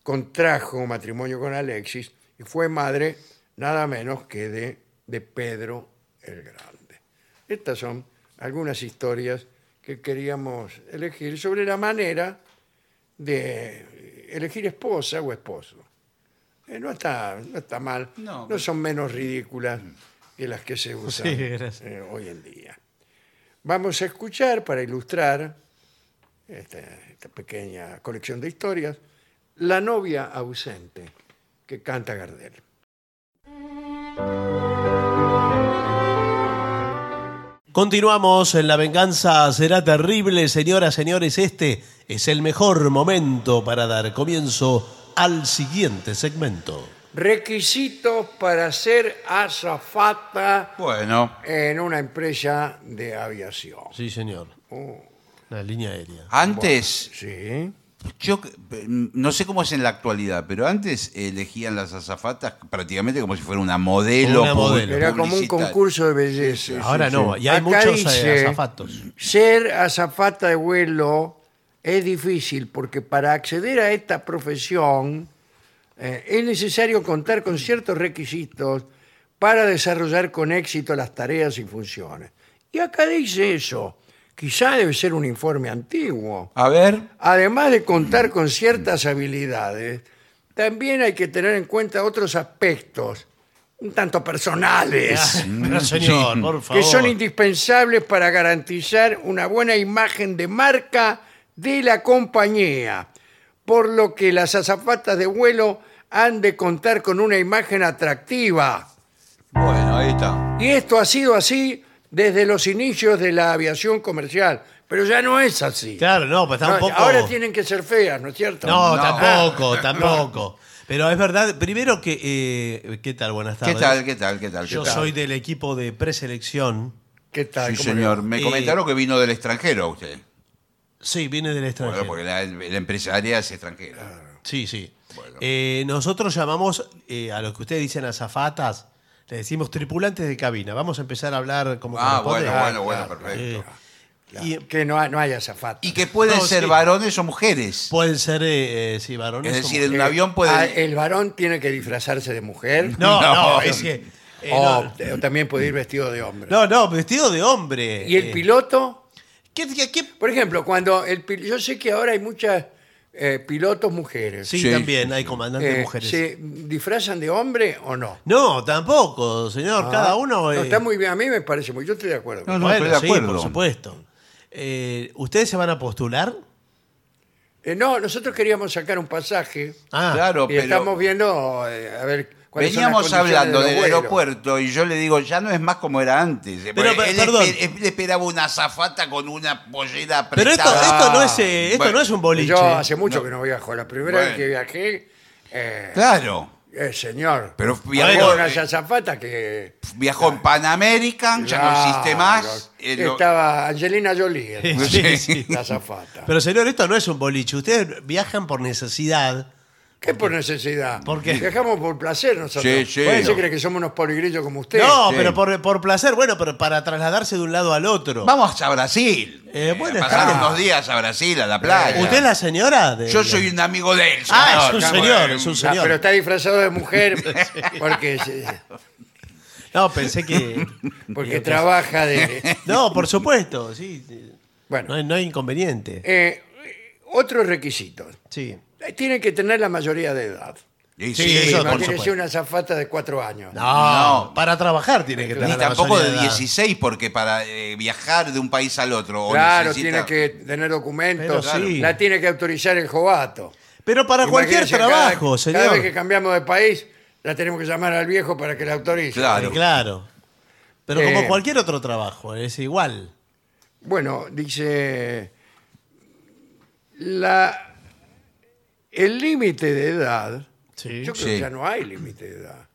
contrajo matrimonio con Alexis y fue madre nada menos que de, de Pedro el Grande. Estas son algunas historias que queríamos elegir sobre la manera de elegir esposa o esposo. Eh, no, está, no está mal,
No.
no son menos ridículas que las que se usan
Sí, gracias.
eh, hoy en día. Vamos a escuchar para ilustrar esta, esta pequeña colección de historias La novia ausente que canta Gardel.
Thank
Continuamos en La Venganza será terrible, señoras, señores. Este es el mejor momento para dar comienzo al siguiente segmento.
Requisitos para ser azafata
Bueno,
en una empresa de aviación. Uh,
Sí, señor. La línea aérea.
antes,
Sí.
yo eh, no sé cómo es en la actualidad, pero antes elegían las azafatas prácticamente como si fuera una modelo.
Una
pub-
modelo.
Era como un
publicitaria.
concurso de belleza.
Ahora no, y hay
Acá
muchos eh,
dice-
azafatos.
Ser azafata de vuelo es difícil porque para acceder a esta profesión eh, es necesario contar con ciertos requisitos para desarrollar con éxito las tareas y funciones. Y acá dice eso. Quizá debe ser un informe antiguo.
A ver,
Además de contar con ciertas habilidades, también hay que tener en cuenta otros aspectos, un tanto personales,
(laughs) Pero, señor, por
que
favor.
son indispensables para garantizar una buena imagen de marca de la compañía, por lo que las azafatas de vuelo han de contar con una imagen atractiva.
bueno, ahí está.
Y esto ha sido así desde los inicios de la aviación comercial, pero ya no es así.
Claro, no, pues está
No,
un poco.
Ahora tienen que ser feas, ¿no es cierto?
No,
No.
tampoco, tampoco. Pero es verdad, primero que. eh, ¿Qué tal? Buenas
¿Qué
tardes.
tal, qué tal, qué tal? qué
Yo
tal?
soy del equipo de preselección.
¿Qué tal?
Sí,
¿Cómo le
señor.
va?
Me
Eh,
comentaron que vino del extranjero usted.
Sí, viene del extranjero.
Bueno, porque la, la empresaria es extranjera.
Sí, sí.
Bueno.
Eh, nosotros llamamos eh, a los que ustedes dicen azafatas, le decimos tripulantes de cabina. Vamos a empezar a hablar como
Ah,
corresponde.
bueno, bueno, bueno,
Eh,
perfecto.
y
Que no, ha- no haya zafata.
Y que pueden
No,
ser
sí.
varones o mujeres.
pueden ser, eh, eh, sí, varones.
Es
o
decir, en
mujeres.
un avión puede.
Ah, el varón tiene que disfrazarse de mujer.
No, no,
(laughs) no. Oh.
es que. eh,
o,
no,
o también puede ir vestido de hombre.
no, no, vestido de hombre.
¿Y el
eh.
piloto?
¿Qué- qué- qué?
Por ejemplo, cuando el pil- yo sé que ahora hay muchas eh, pilotos mujeres.
Sí,
Sí.
también hay comandantes
Eh,
mujeres.
¿Se disfrazan de hombre o no?
No, tampoco, señor. Cada uno.
Ah. No,
eh,
está muy bien, a mí me parece muy. Yo estoy de acuerdo.
No, no.
bueno,
estoy de
sí,
acuerdo.
por supuesto. Eh, ¿Ustedes se van a postular?
Eh, no, nosotros queríamos sacar un pasaje
Ah,
Claro,
y
pero.
estamos viendo eh, a ver cuáles son las
Veníamos
condiciones
hablando
de los
del
vuelos.
aeropuerto y yo le digo, ya no es más como era antes. eh,
Pero,
Él
pe-
esper-
perdón.
él esperaba una zafata con una pollera
Pero
apretada.
esto, esto no es, eh, esto
Bueno,
no es un boliche.
Yo
(laughs)
hace mucho
No.
que no viajo. La primera
Bueno.
vez que viajé, eh,
Claro.
eh, señor.
Pero
Había
viajó,
unas
eh,
azafatas que.
viajó en Pan American, ya no existe más. eh, lo-
Estaba Angelina Jolie,
Sí,
¿no?
sí, sí.
la azafata.
Pero señor, esto no es un boliche. Ustedes viajan por necesidad.
¿Qué por necesidad?
¿Por qué?
Viajamos por placer nosotros.
Sí, sí.
¿Por qué se cree que somos unos poligrillos como usted?
no,
sí.
pero por, por placer. Bueno, pero para trasladarse de un lado al otro.
Vamos a Brasil.
Eh, bueno,
a pasar
está bien.
unos días a Brasil, a la playa.
¿Usted es la señora? de-
Yo soy un amigo de él.
Ah,
señor.
es un
Bueno,
señor, es un
Ah,
señor.
pero está disfrazado de
(laughs)
mujer porque, se-
No, pensé que...
porque trabaja
(laughs)
de...
No, por supuesto, sí. No
Bueno,
hay, no hay inconveniente.
eh, otros requisitos.
Sí.
Eh, Tienen que tener la mayoría de edad.
Y
Sí,
sí,
eso
no,
por
Imagínese
supuesto.
una zafata de cuatro años.
No,
No.
para trabajar tiene que tener
Ni
la
tampoco
mayoría
de
edad.
16, porque para eh, viajar de un país al otro. o
Claro,
necesita-
tiene que tener documentos.
Pero sí.
La tiene que autorizar el jovato.
Pero para cualquier
Imagínese, cada-
trabajo,
cada,
señor.
vez que cambiamos de país, la tenemos que llamar al viejo para que la autorice.
Claro.
Eh, claro. Pero como
Eh.
cualquier otro trabajo, es igual.
Bueno, dice. La, el límite de edad.
Sí.
Yo creo que
Sí.
ya no hay límite de edad.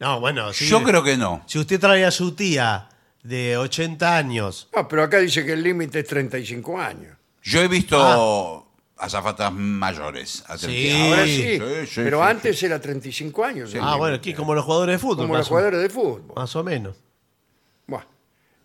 No, bueno, sí.
Yo creo que no.
Si usted trae a su tía de 80 años,
No, pero acá dice que el límite es 35 años.
Yo he visto azafatas mayores. hace
Sí.
tiempo.
Ahora Ah. sí,
Sí,
sí, sí,
pero
sí,
antes era 35 años. el
ah,
límite,
bueno, aquí como los jugadores de fútbol,
como
más,
los
o-
jugadores de
Ah.
fútbol.
más o menos.
Buah.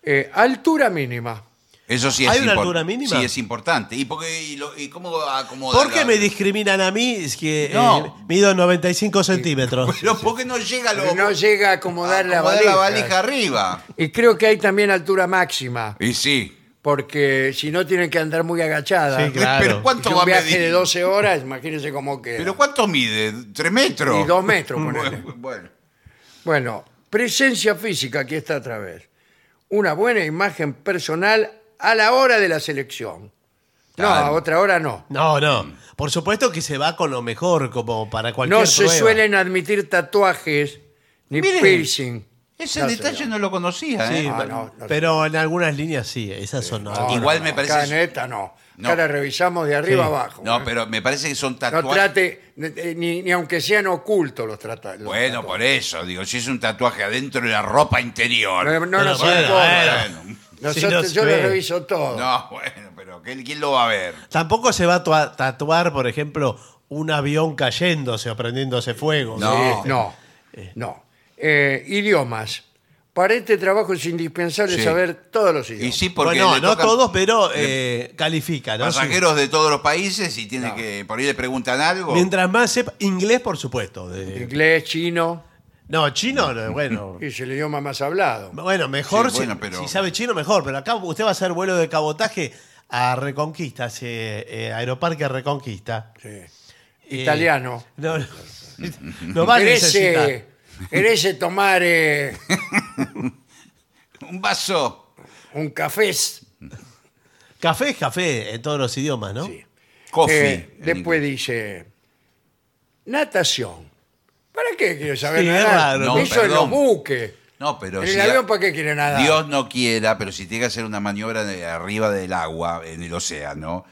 Eh, altura mínima.
Eso sí es
¿Hay una
impor-
altura mínima?
Sí, es importante. ¿Y, por qué- y lo- y cómo acomoda?
¿Por qué
la-
me discriminan a mí? Es que eh,
No.
mido 95 centímetros.
Pero ¿por qué (laughs) no llega lo-
No llega a
a
acomodar, la,
acomodar
valija.
arriba?
Y creo que hay también altura máxima,
Y sí.
porque si no tienen que andar muy agachadas.
Sí, Claro.
Pero
Y
¿cuánto va
un
a
viaje
medir?
de 12 horas, imagínense cómo queda.
¿Pero cuánto mide? ¿Tres metros?
Y dos metros, ponele.
(laughs) Bueno, bueno.
Bueno, presencia física, aquí está otra vez. Una buena imagen personal a la hora de la selección. No,
Claro.
a otra hora no.
No,
Mm.
no. Por supuesto que se va con lo mejor, como para cualquier
No se
prueba.
suelen admitir tatuajes ni
Mire.
piercing.
Ese
No,
detalle
señor.
no lo conocía,
Sí,
¿eh?
Ah, no, no.
pero en algunas líneas sí, esas son.
No,
algunas.
Igual
no,
me
no,
parece-
Acá en esta no.
No.
Acá la revisamos de arriba
Sí.
abajo. ¿eh?
No, pero me parece que son
No
tatuajes.
trate, eh, ni, ni aunque sean ocultos los tratados.
bueno, por eso, digo, si es un tatuaje adentro de la ropa interior.
No, no,
Pero
nos
bueno,
importa.
bueno.
Si no
Nosotros,
se
yo lo
ve.
reviso todo.
No, (laughs) bueno, pero ¿quién, quién lo va a ver?
Tampoco se va a tua- tatuar, por ejemplo, un avión cayéndose o prendiéndose fuego.
No.
¿sí?
Eh, no, no. Eh, idiomas. Para este trabajo es indispensable
Sí.
saber todos los idiomas.
Y sí, porque
bueno,
le
no
tocan
todos, pero eh, califica, ¿no?
pasajeros de todos los países y tiene que por ahí le preguntan
Sí.
algo.
Mientras más sepa inglés, por supuesto. de-
Inglés, chino,
No, chino,
(laughs)
no, bueno.
es el idioma más hablado.
Bueno, mejor si-
Sí, bueno, pero-
si, sabe chino, mejor. Pero acá usted va a hacer vuelo de cabotaje a Reconquista, ese, eh, Aeroparque Reconquista.
Sí.
Eh,
Italiano.
No, no, no va a necesitar.
Merece, merece tomar eh,
Un vaso
un
(laughs)
café.
Café es café en todos los idiomas, ¿no?
Sí.
coffee.
Eh, después dice, natación. ¿Para qué quiero saber
Sí, es
nadar?
raro. No,
Eso en los
perdón.
buques.
No, pero
¿En
si
el avión para qué quiere nadar?
Dios no quiera, pero si tiene que hacer una maniobra de arriba del agua, en el océano,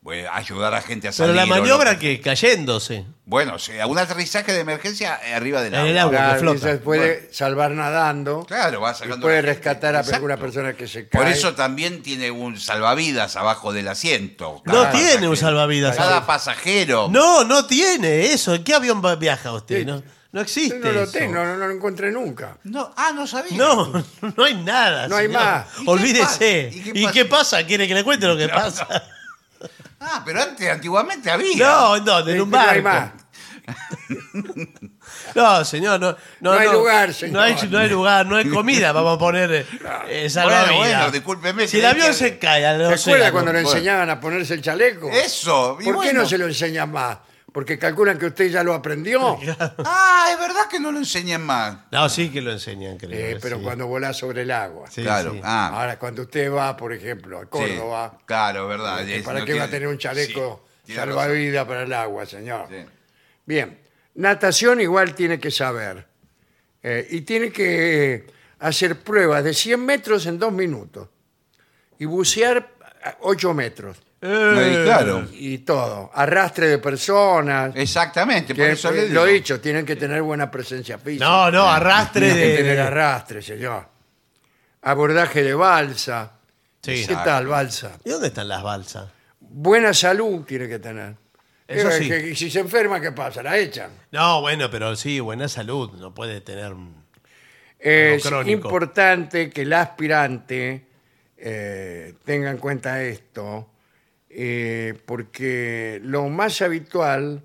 bueno, ayudar a gente a
Pero
salir.
la
o lo
maniobra
que-
que cayéndose.
Bueno, sí, un aterrizaje de emergencia eh, arriba del
En
agua.
el agua.
Claro,
que flota.
quizás puede
Bueno.
salvar nadando.
Claro, va
Y
sacando.
puede
la gente.
rescatar a
Exacto.
alguna persona que se cae.
Por eso también tiene un salvavidas abajo del asiento.
No
Cada
tiene un salvavidas.
Cada pasajero.
No, no tiene eso. ¿En qué avión va- viaja usted? No, no
Yo
existe.
no lo
eso.
tengo, no, no lo encontré nunca.
No, ah, no sabía.
No, no hay nada.
No hay
señor.
más.
¿Y qué
Olvídese.
pasa?
¿Y qué, pasa? ¿Quiere que le cuente lo que pasa?
Ah, pero antes, antiguamente había.
No, no, en
Sí,
un
pero
barco.
Este, No hay más.
No, señor, no. No,
No hay lugar, señor.
No hay, no hay lugar, no hay comida, vamos a poner eh, eh, salvavidas.
Bueno, bueno, discúlpeme,
Si el
creí
avión
que-
se cae al
¿Se acuerda
océano,
cuando le
bueno.
enseñaban a ponerse el chaleco?
Eso.
¿Por
y
qué
bueno.
no se lo enseñan más? Porque calculan que usted ya lo
(laughs)
aprendió.
Ah, es verdad que no lo enseñan más.
No, sí que lo enseñan, creo.
Eh, pero
sí.
cuando volá sobre el agua.
Sí,
claro.
sí.
Ah,
Ahora, cuando usted va, por ejemplo, a
sí,
Córdoba, este,
Claro, verdad.
¿para
es-
qué
no
va a
tiene-
tener un chaleco
Sí, tiene
salvavidas para el agua, señor?
razón, sí.
Bien, natación igual tiene que saber. Eh, y tiene que hacer pruebas de 100 metros en dos minutos. Y bucear 8 metros.
Eh,
Eh, claro.
Y todo. Arrastre de personas.
Exactamente, Eh, por
Que,
eso
eh,
le digo.
lo he dicho, tienen que tener buena presencia física.
No, eh, no, arrastre
Tienen que
de.
tener arrastre, señor. Abordaje de balsa.
Sí.
¿Qué tal, balsa?
¿Y dónde están las balsas?
Buena salud tiene que tener.
Eso
Eh,
sí.
que- que si se enferma, ¿qué pasa? La echan.
No, bueno, pero sí, buena salud, no puede tener. mm, un-
Es
crónico.
importante que el aspirante eh, tenga en cuenta esto, eh, porque lo más habitual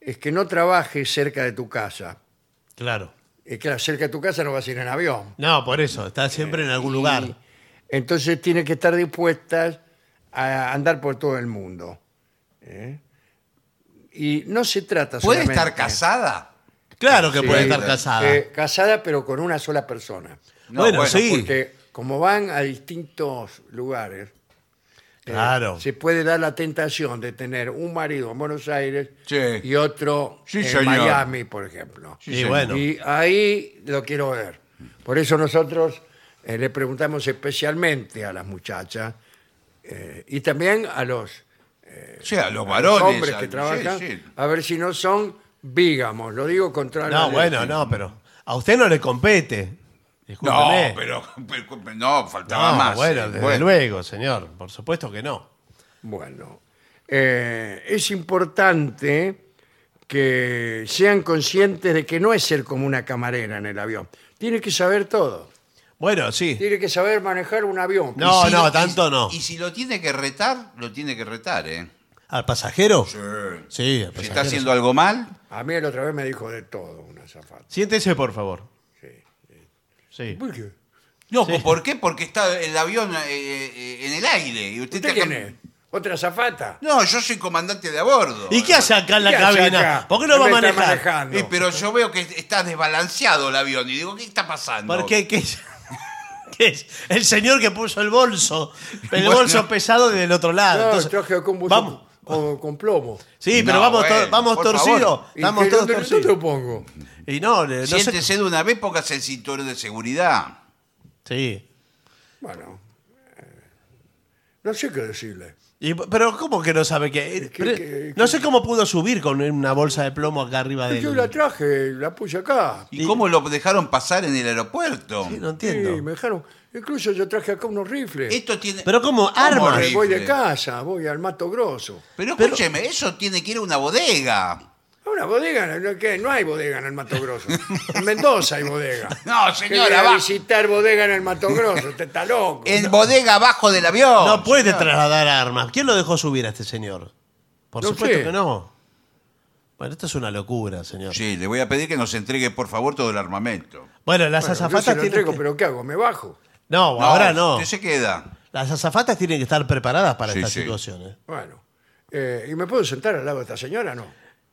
es que no trabajes cerca de tu casa.
Claro.
Es que cerca de tu casa no vas a ir en avión.
No, por eso, está siempre en algún
Y
lugar.
Entonces tienes que estar dispuestas a andar por todo el mundo. ¿eh? Y no se trata
¿Puede
solamente-
estar casada?
Claro que
Sí,
puede estar
eh,
casada.
eh, casada, pero con una sola persona.
No,
bueno,
bueno,
sí.
Porque como van a distintos lugares, eh,
Claro.
se puede dar la tentación de tener un marido en Buenos Aires
Sí.
y otro
Sí,
en
señor.
Miami, por ejemplo.
Y bueno,
Y ahí lo quiero ver. Por eso nosotros eh, le preguntamos especialmente a las muchachas eh, y también a los
Sí, a los varones.
hombres
a-
que
sí,
trabajan
sí.
a ver si no son vígamos. Lo digo contra
no, bueno, no, pero a usted no le compete.
No,
Discúlpeme.
pero, pero- No, faltaba
No,
más.
bueno,
eh,
desde
bueno.
luego, señor, por supuesto que no.
Bueno, eh, es importante que sean conscientes de que no es ser como una camarera en el avión. Tiene que saber todo.
Bueno, sí.
Tiene que saber manejar un avión.
No.
Y
no,
lo- y-
tanto no.
Y si lo tiene que retar, lo tiene que retar, ¿eh?
¿Al pasajero?
Sí.
Sí, al
Si
pasajero.
está haciendo algo mal,
A mí la otra vez me dijo de todo una zafata.
Siéntese, por favor. Sí.
¿Por qué?
No, ¿por qué? Porque está el avión eh, eh, en el aire. ¿Y
¿Usted
usted, está
quién
cam-
es? ¿Otra zafata?
No, yo soy comandante de a bordo.
¿Y qué hace acá en la
¿Qué hace
cabina?
acá?
¿Por qué Ah, no va a
me está
manejar?
manejando?
Eh, pero yo veo que está desbalanceado el avión y digo, ¿qué está pasando?
¿Por qué? ¿Qué es? (laughs) ¿Qué es? El señor que puso el bolso, el
Bueno.
bolso pesado del otro lado.
No,
Entonces,
traje acá un bolso
vamos,
con,
(laughs)
con plomo.
Sí,
No,
pero vamos,
bueno,
tor- vamos
por
torcidos.
favor.
Y
Estamos
que
todos
yo te- yo te
torcidos.
lo pongo.
Y no, le- no sé-
Siéntese de una vez, póngase el cinturón de seguridad.
Sí.
Bueno, eh, no sé qué decirle.
Y- pero ¿cómo que no sabe que,
que-
pero-
que-
No sé cómo pudo subir con una bolsa de plomo acá arriba de
Yo la traje, la puse acá.
¿Y cómo lo dejaron pasar en el aeropuerto?
no
Sí,
entiendo.
me dejaron. Incluso yo traje acá unos rifles.
Esto tiene.
Pero como armas.
Me voy de
rifle?
casa, voy al Mato Grosso.
Pero
Pero-
escúcheme, eso tiene que ir a una bodega.
A Una bodega, no, ¿qué? no hay bodega en el Mato Grosso.
(laughs)
En Mendoza hay bodega.
No,
¿Qué
señora,
viene a
va.
visitar bodega en el Mato Grosso, usted está loco.
En bodega abajo del avión.
No puede
señor.
trasladar armas. ¿Quién lo dejó subir a este señor? Por
No
supuesto
sé.
que no. Bueno, esto es una locura, señor.
Sí, le voy a pedir que nos entregue, por favor, todo el armamento.
Bueno, las
Bueno, yo
azafatas
se lo
tienen
entrego,
que-
pero ¿qué hago? ¿Me bajo?
No, ahora no.
Usted se queda.
Las azafatas tienen que estar preparadas para
Sí,
estas
sí.
situaciones.
Bueno. eh, ¿Y me puedo sentar al lado de esta señora? No.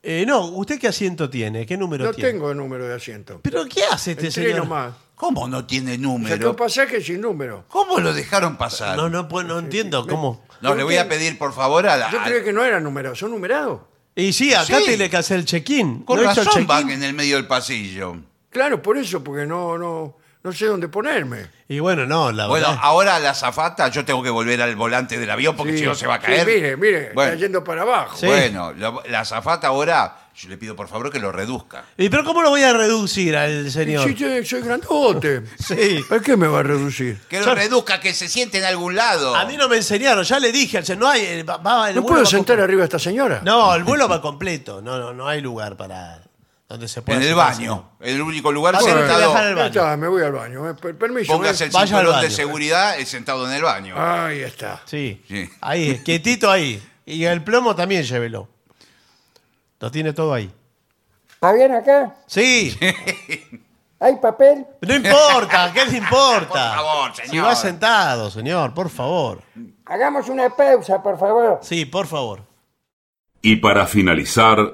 Eh, no, ¿usted qué asiento tiene? ¿Qué número
No
tiene?
tengo número de asiento.
¿Pero qué hace este
Entré
señor?
nomás.
¿Cómo no tiene
Sacó
número?
pasaje sin número.
¿Cómo lo dejaron pasar?
No,
No,
no, pues, no entiendo cómo.
le voy a pedir, por favor, a la.
Yo creía que no eran numerados, son numerados.
Y sí, acá
Sí.
tiene que hacer el check-in.
Con
¿No hizo el
razón
check-in?
van en el medio del pasillo.
Claro, por eso, porque no, no, no sé dónde ponerme.
Y bueno, no, la
Bueno, ah.
verdad.
ahora la zafata, yo tengo que volver al volante del avión porque
Sí,
si no se va a
sí,
caer.
mire, mire,
Bueno.
está yendo para abajo.
Sí.
Bueno, la, la zafata ahora, yo le pido por favor que lo reduzca.
¿Y pero cómo lo voy a reducir al
Sí,
señor?
yo soy grandote.
Sí.
¿Para qué me va a reducir?
Que lo
Yo-
reduzca, que se siente en algún lado.
A mí no me enseñaron, ya le dije, al señor, no hay, eh, va- va- el
¿No
vuelo
puedo
va
sentar
completo.
arriba a esta señora?
No, el vuelo va completo, no, no, no hay lugar para donde se pueda
En el
sentar,
baño. El único lugar
Ah, bueno,
sentado.
dejar al
Ya
baño.
está, me voy al baño. eh, per- Permiso.
Póngase
eh.
el
Vaya al
cinturón de
baño.
seguridad, es sentado en el baño.
Ahí está.
Sí.
Sí. (laughs)
Ahí, quietito ahí. Y el plomo también llévelo. Lo tiene todo ahí.
¿Está bien acá?
Sí,
¿Hay papel?
no importa, ¿qué le importa?
Por favor,
Si
señor.
va sentado, señor, por favor.
Hagamos una pausa, por favor.
Sí, por favor.
Y para finalizar,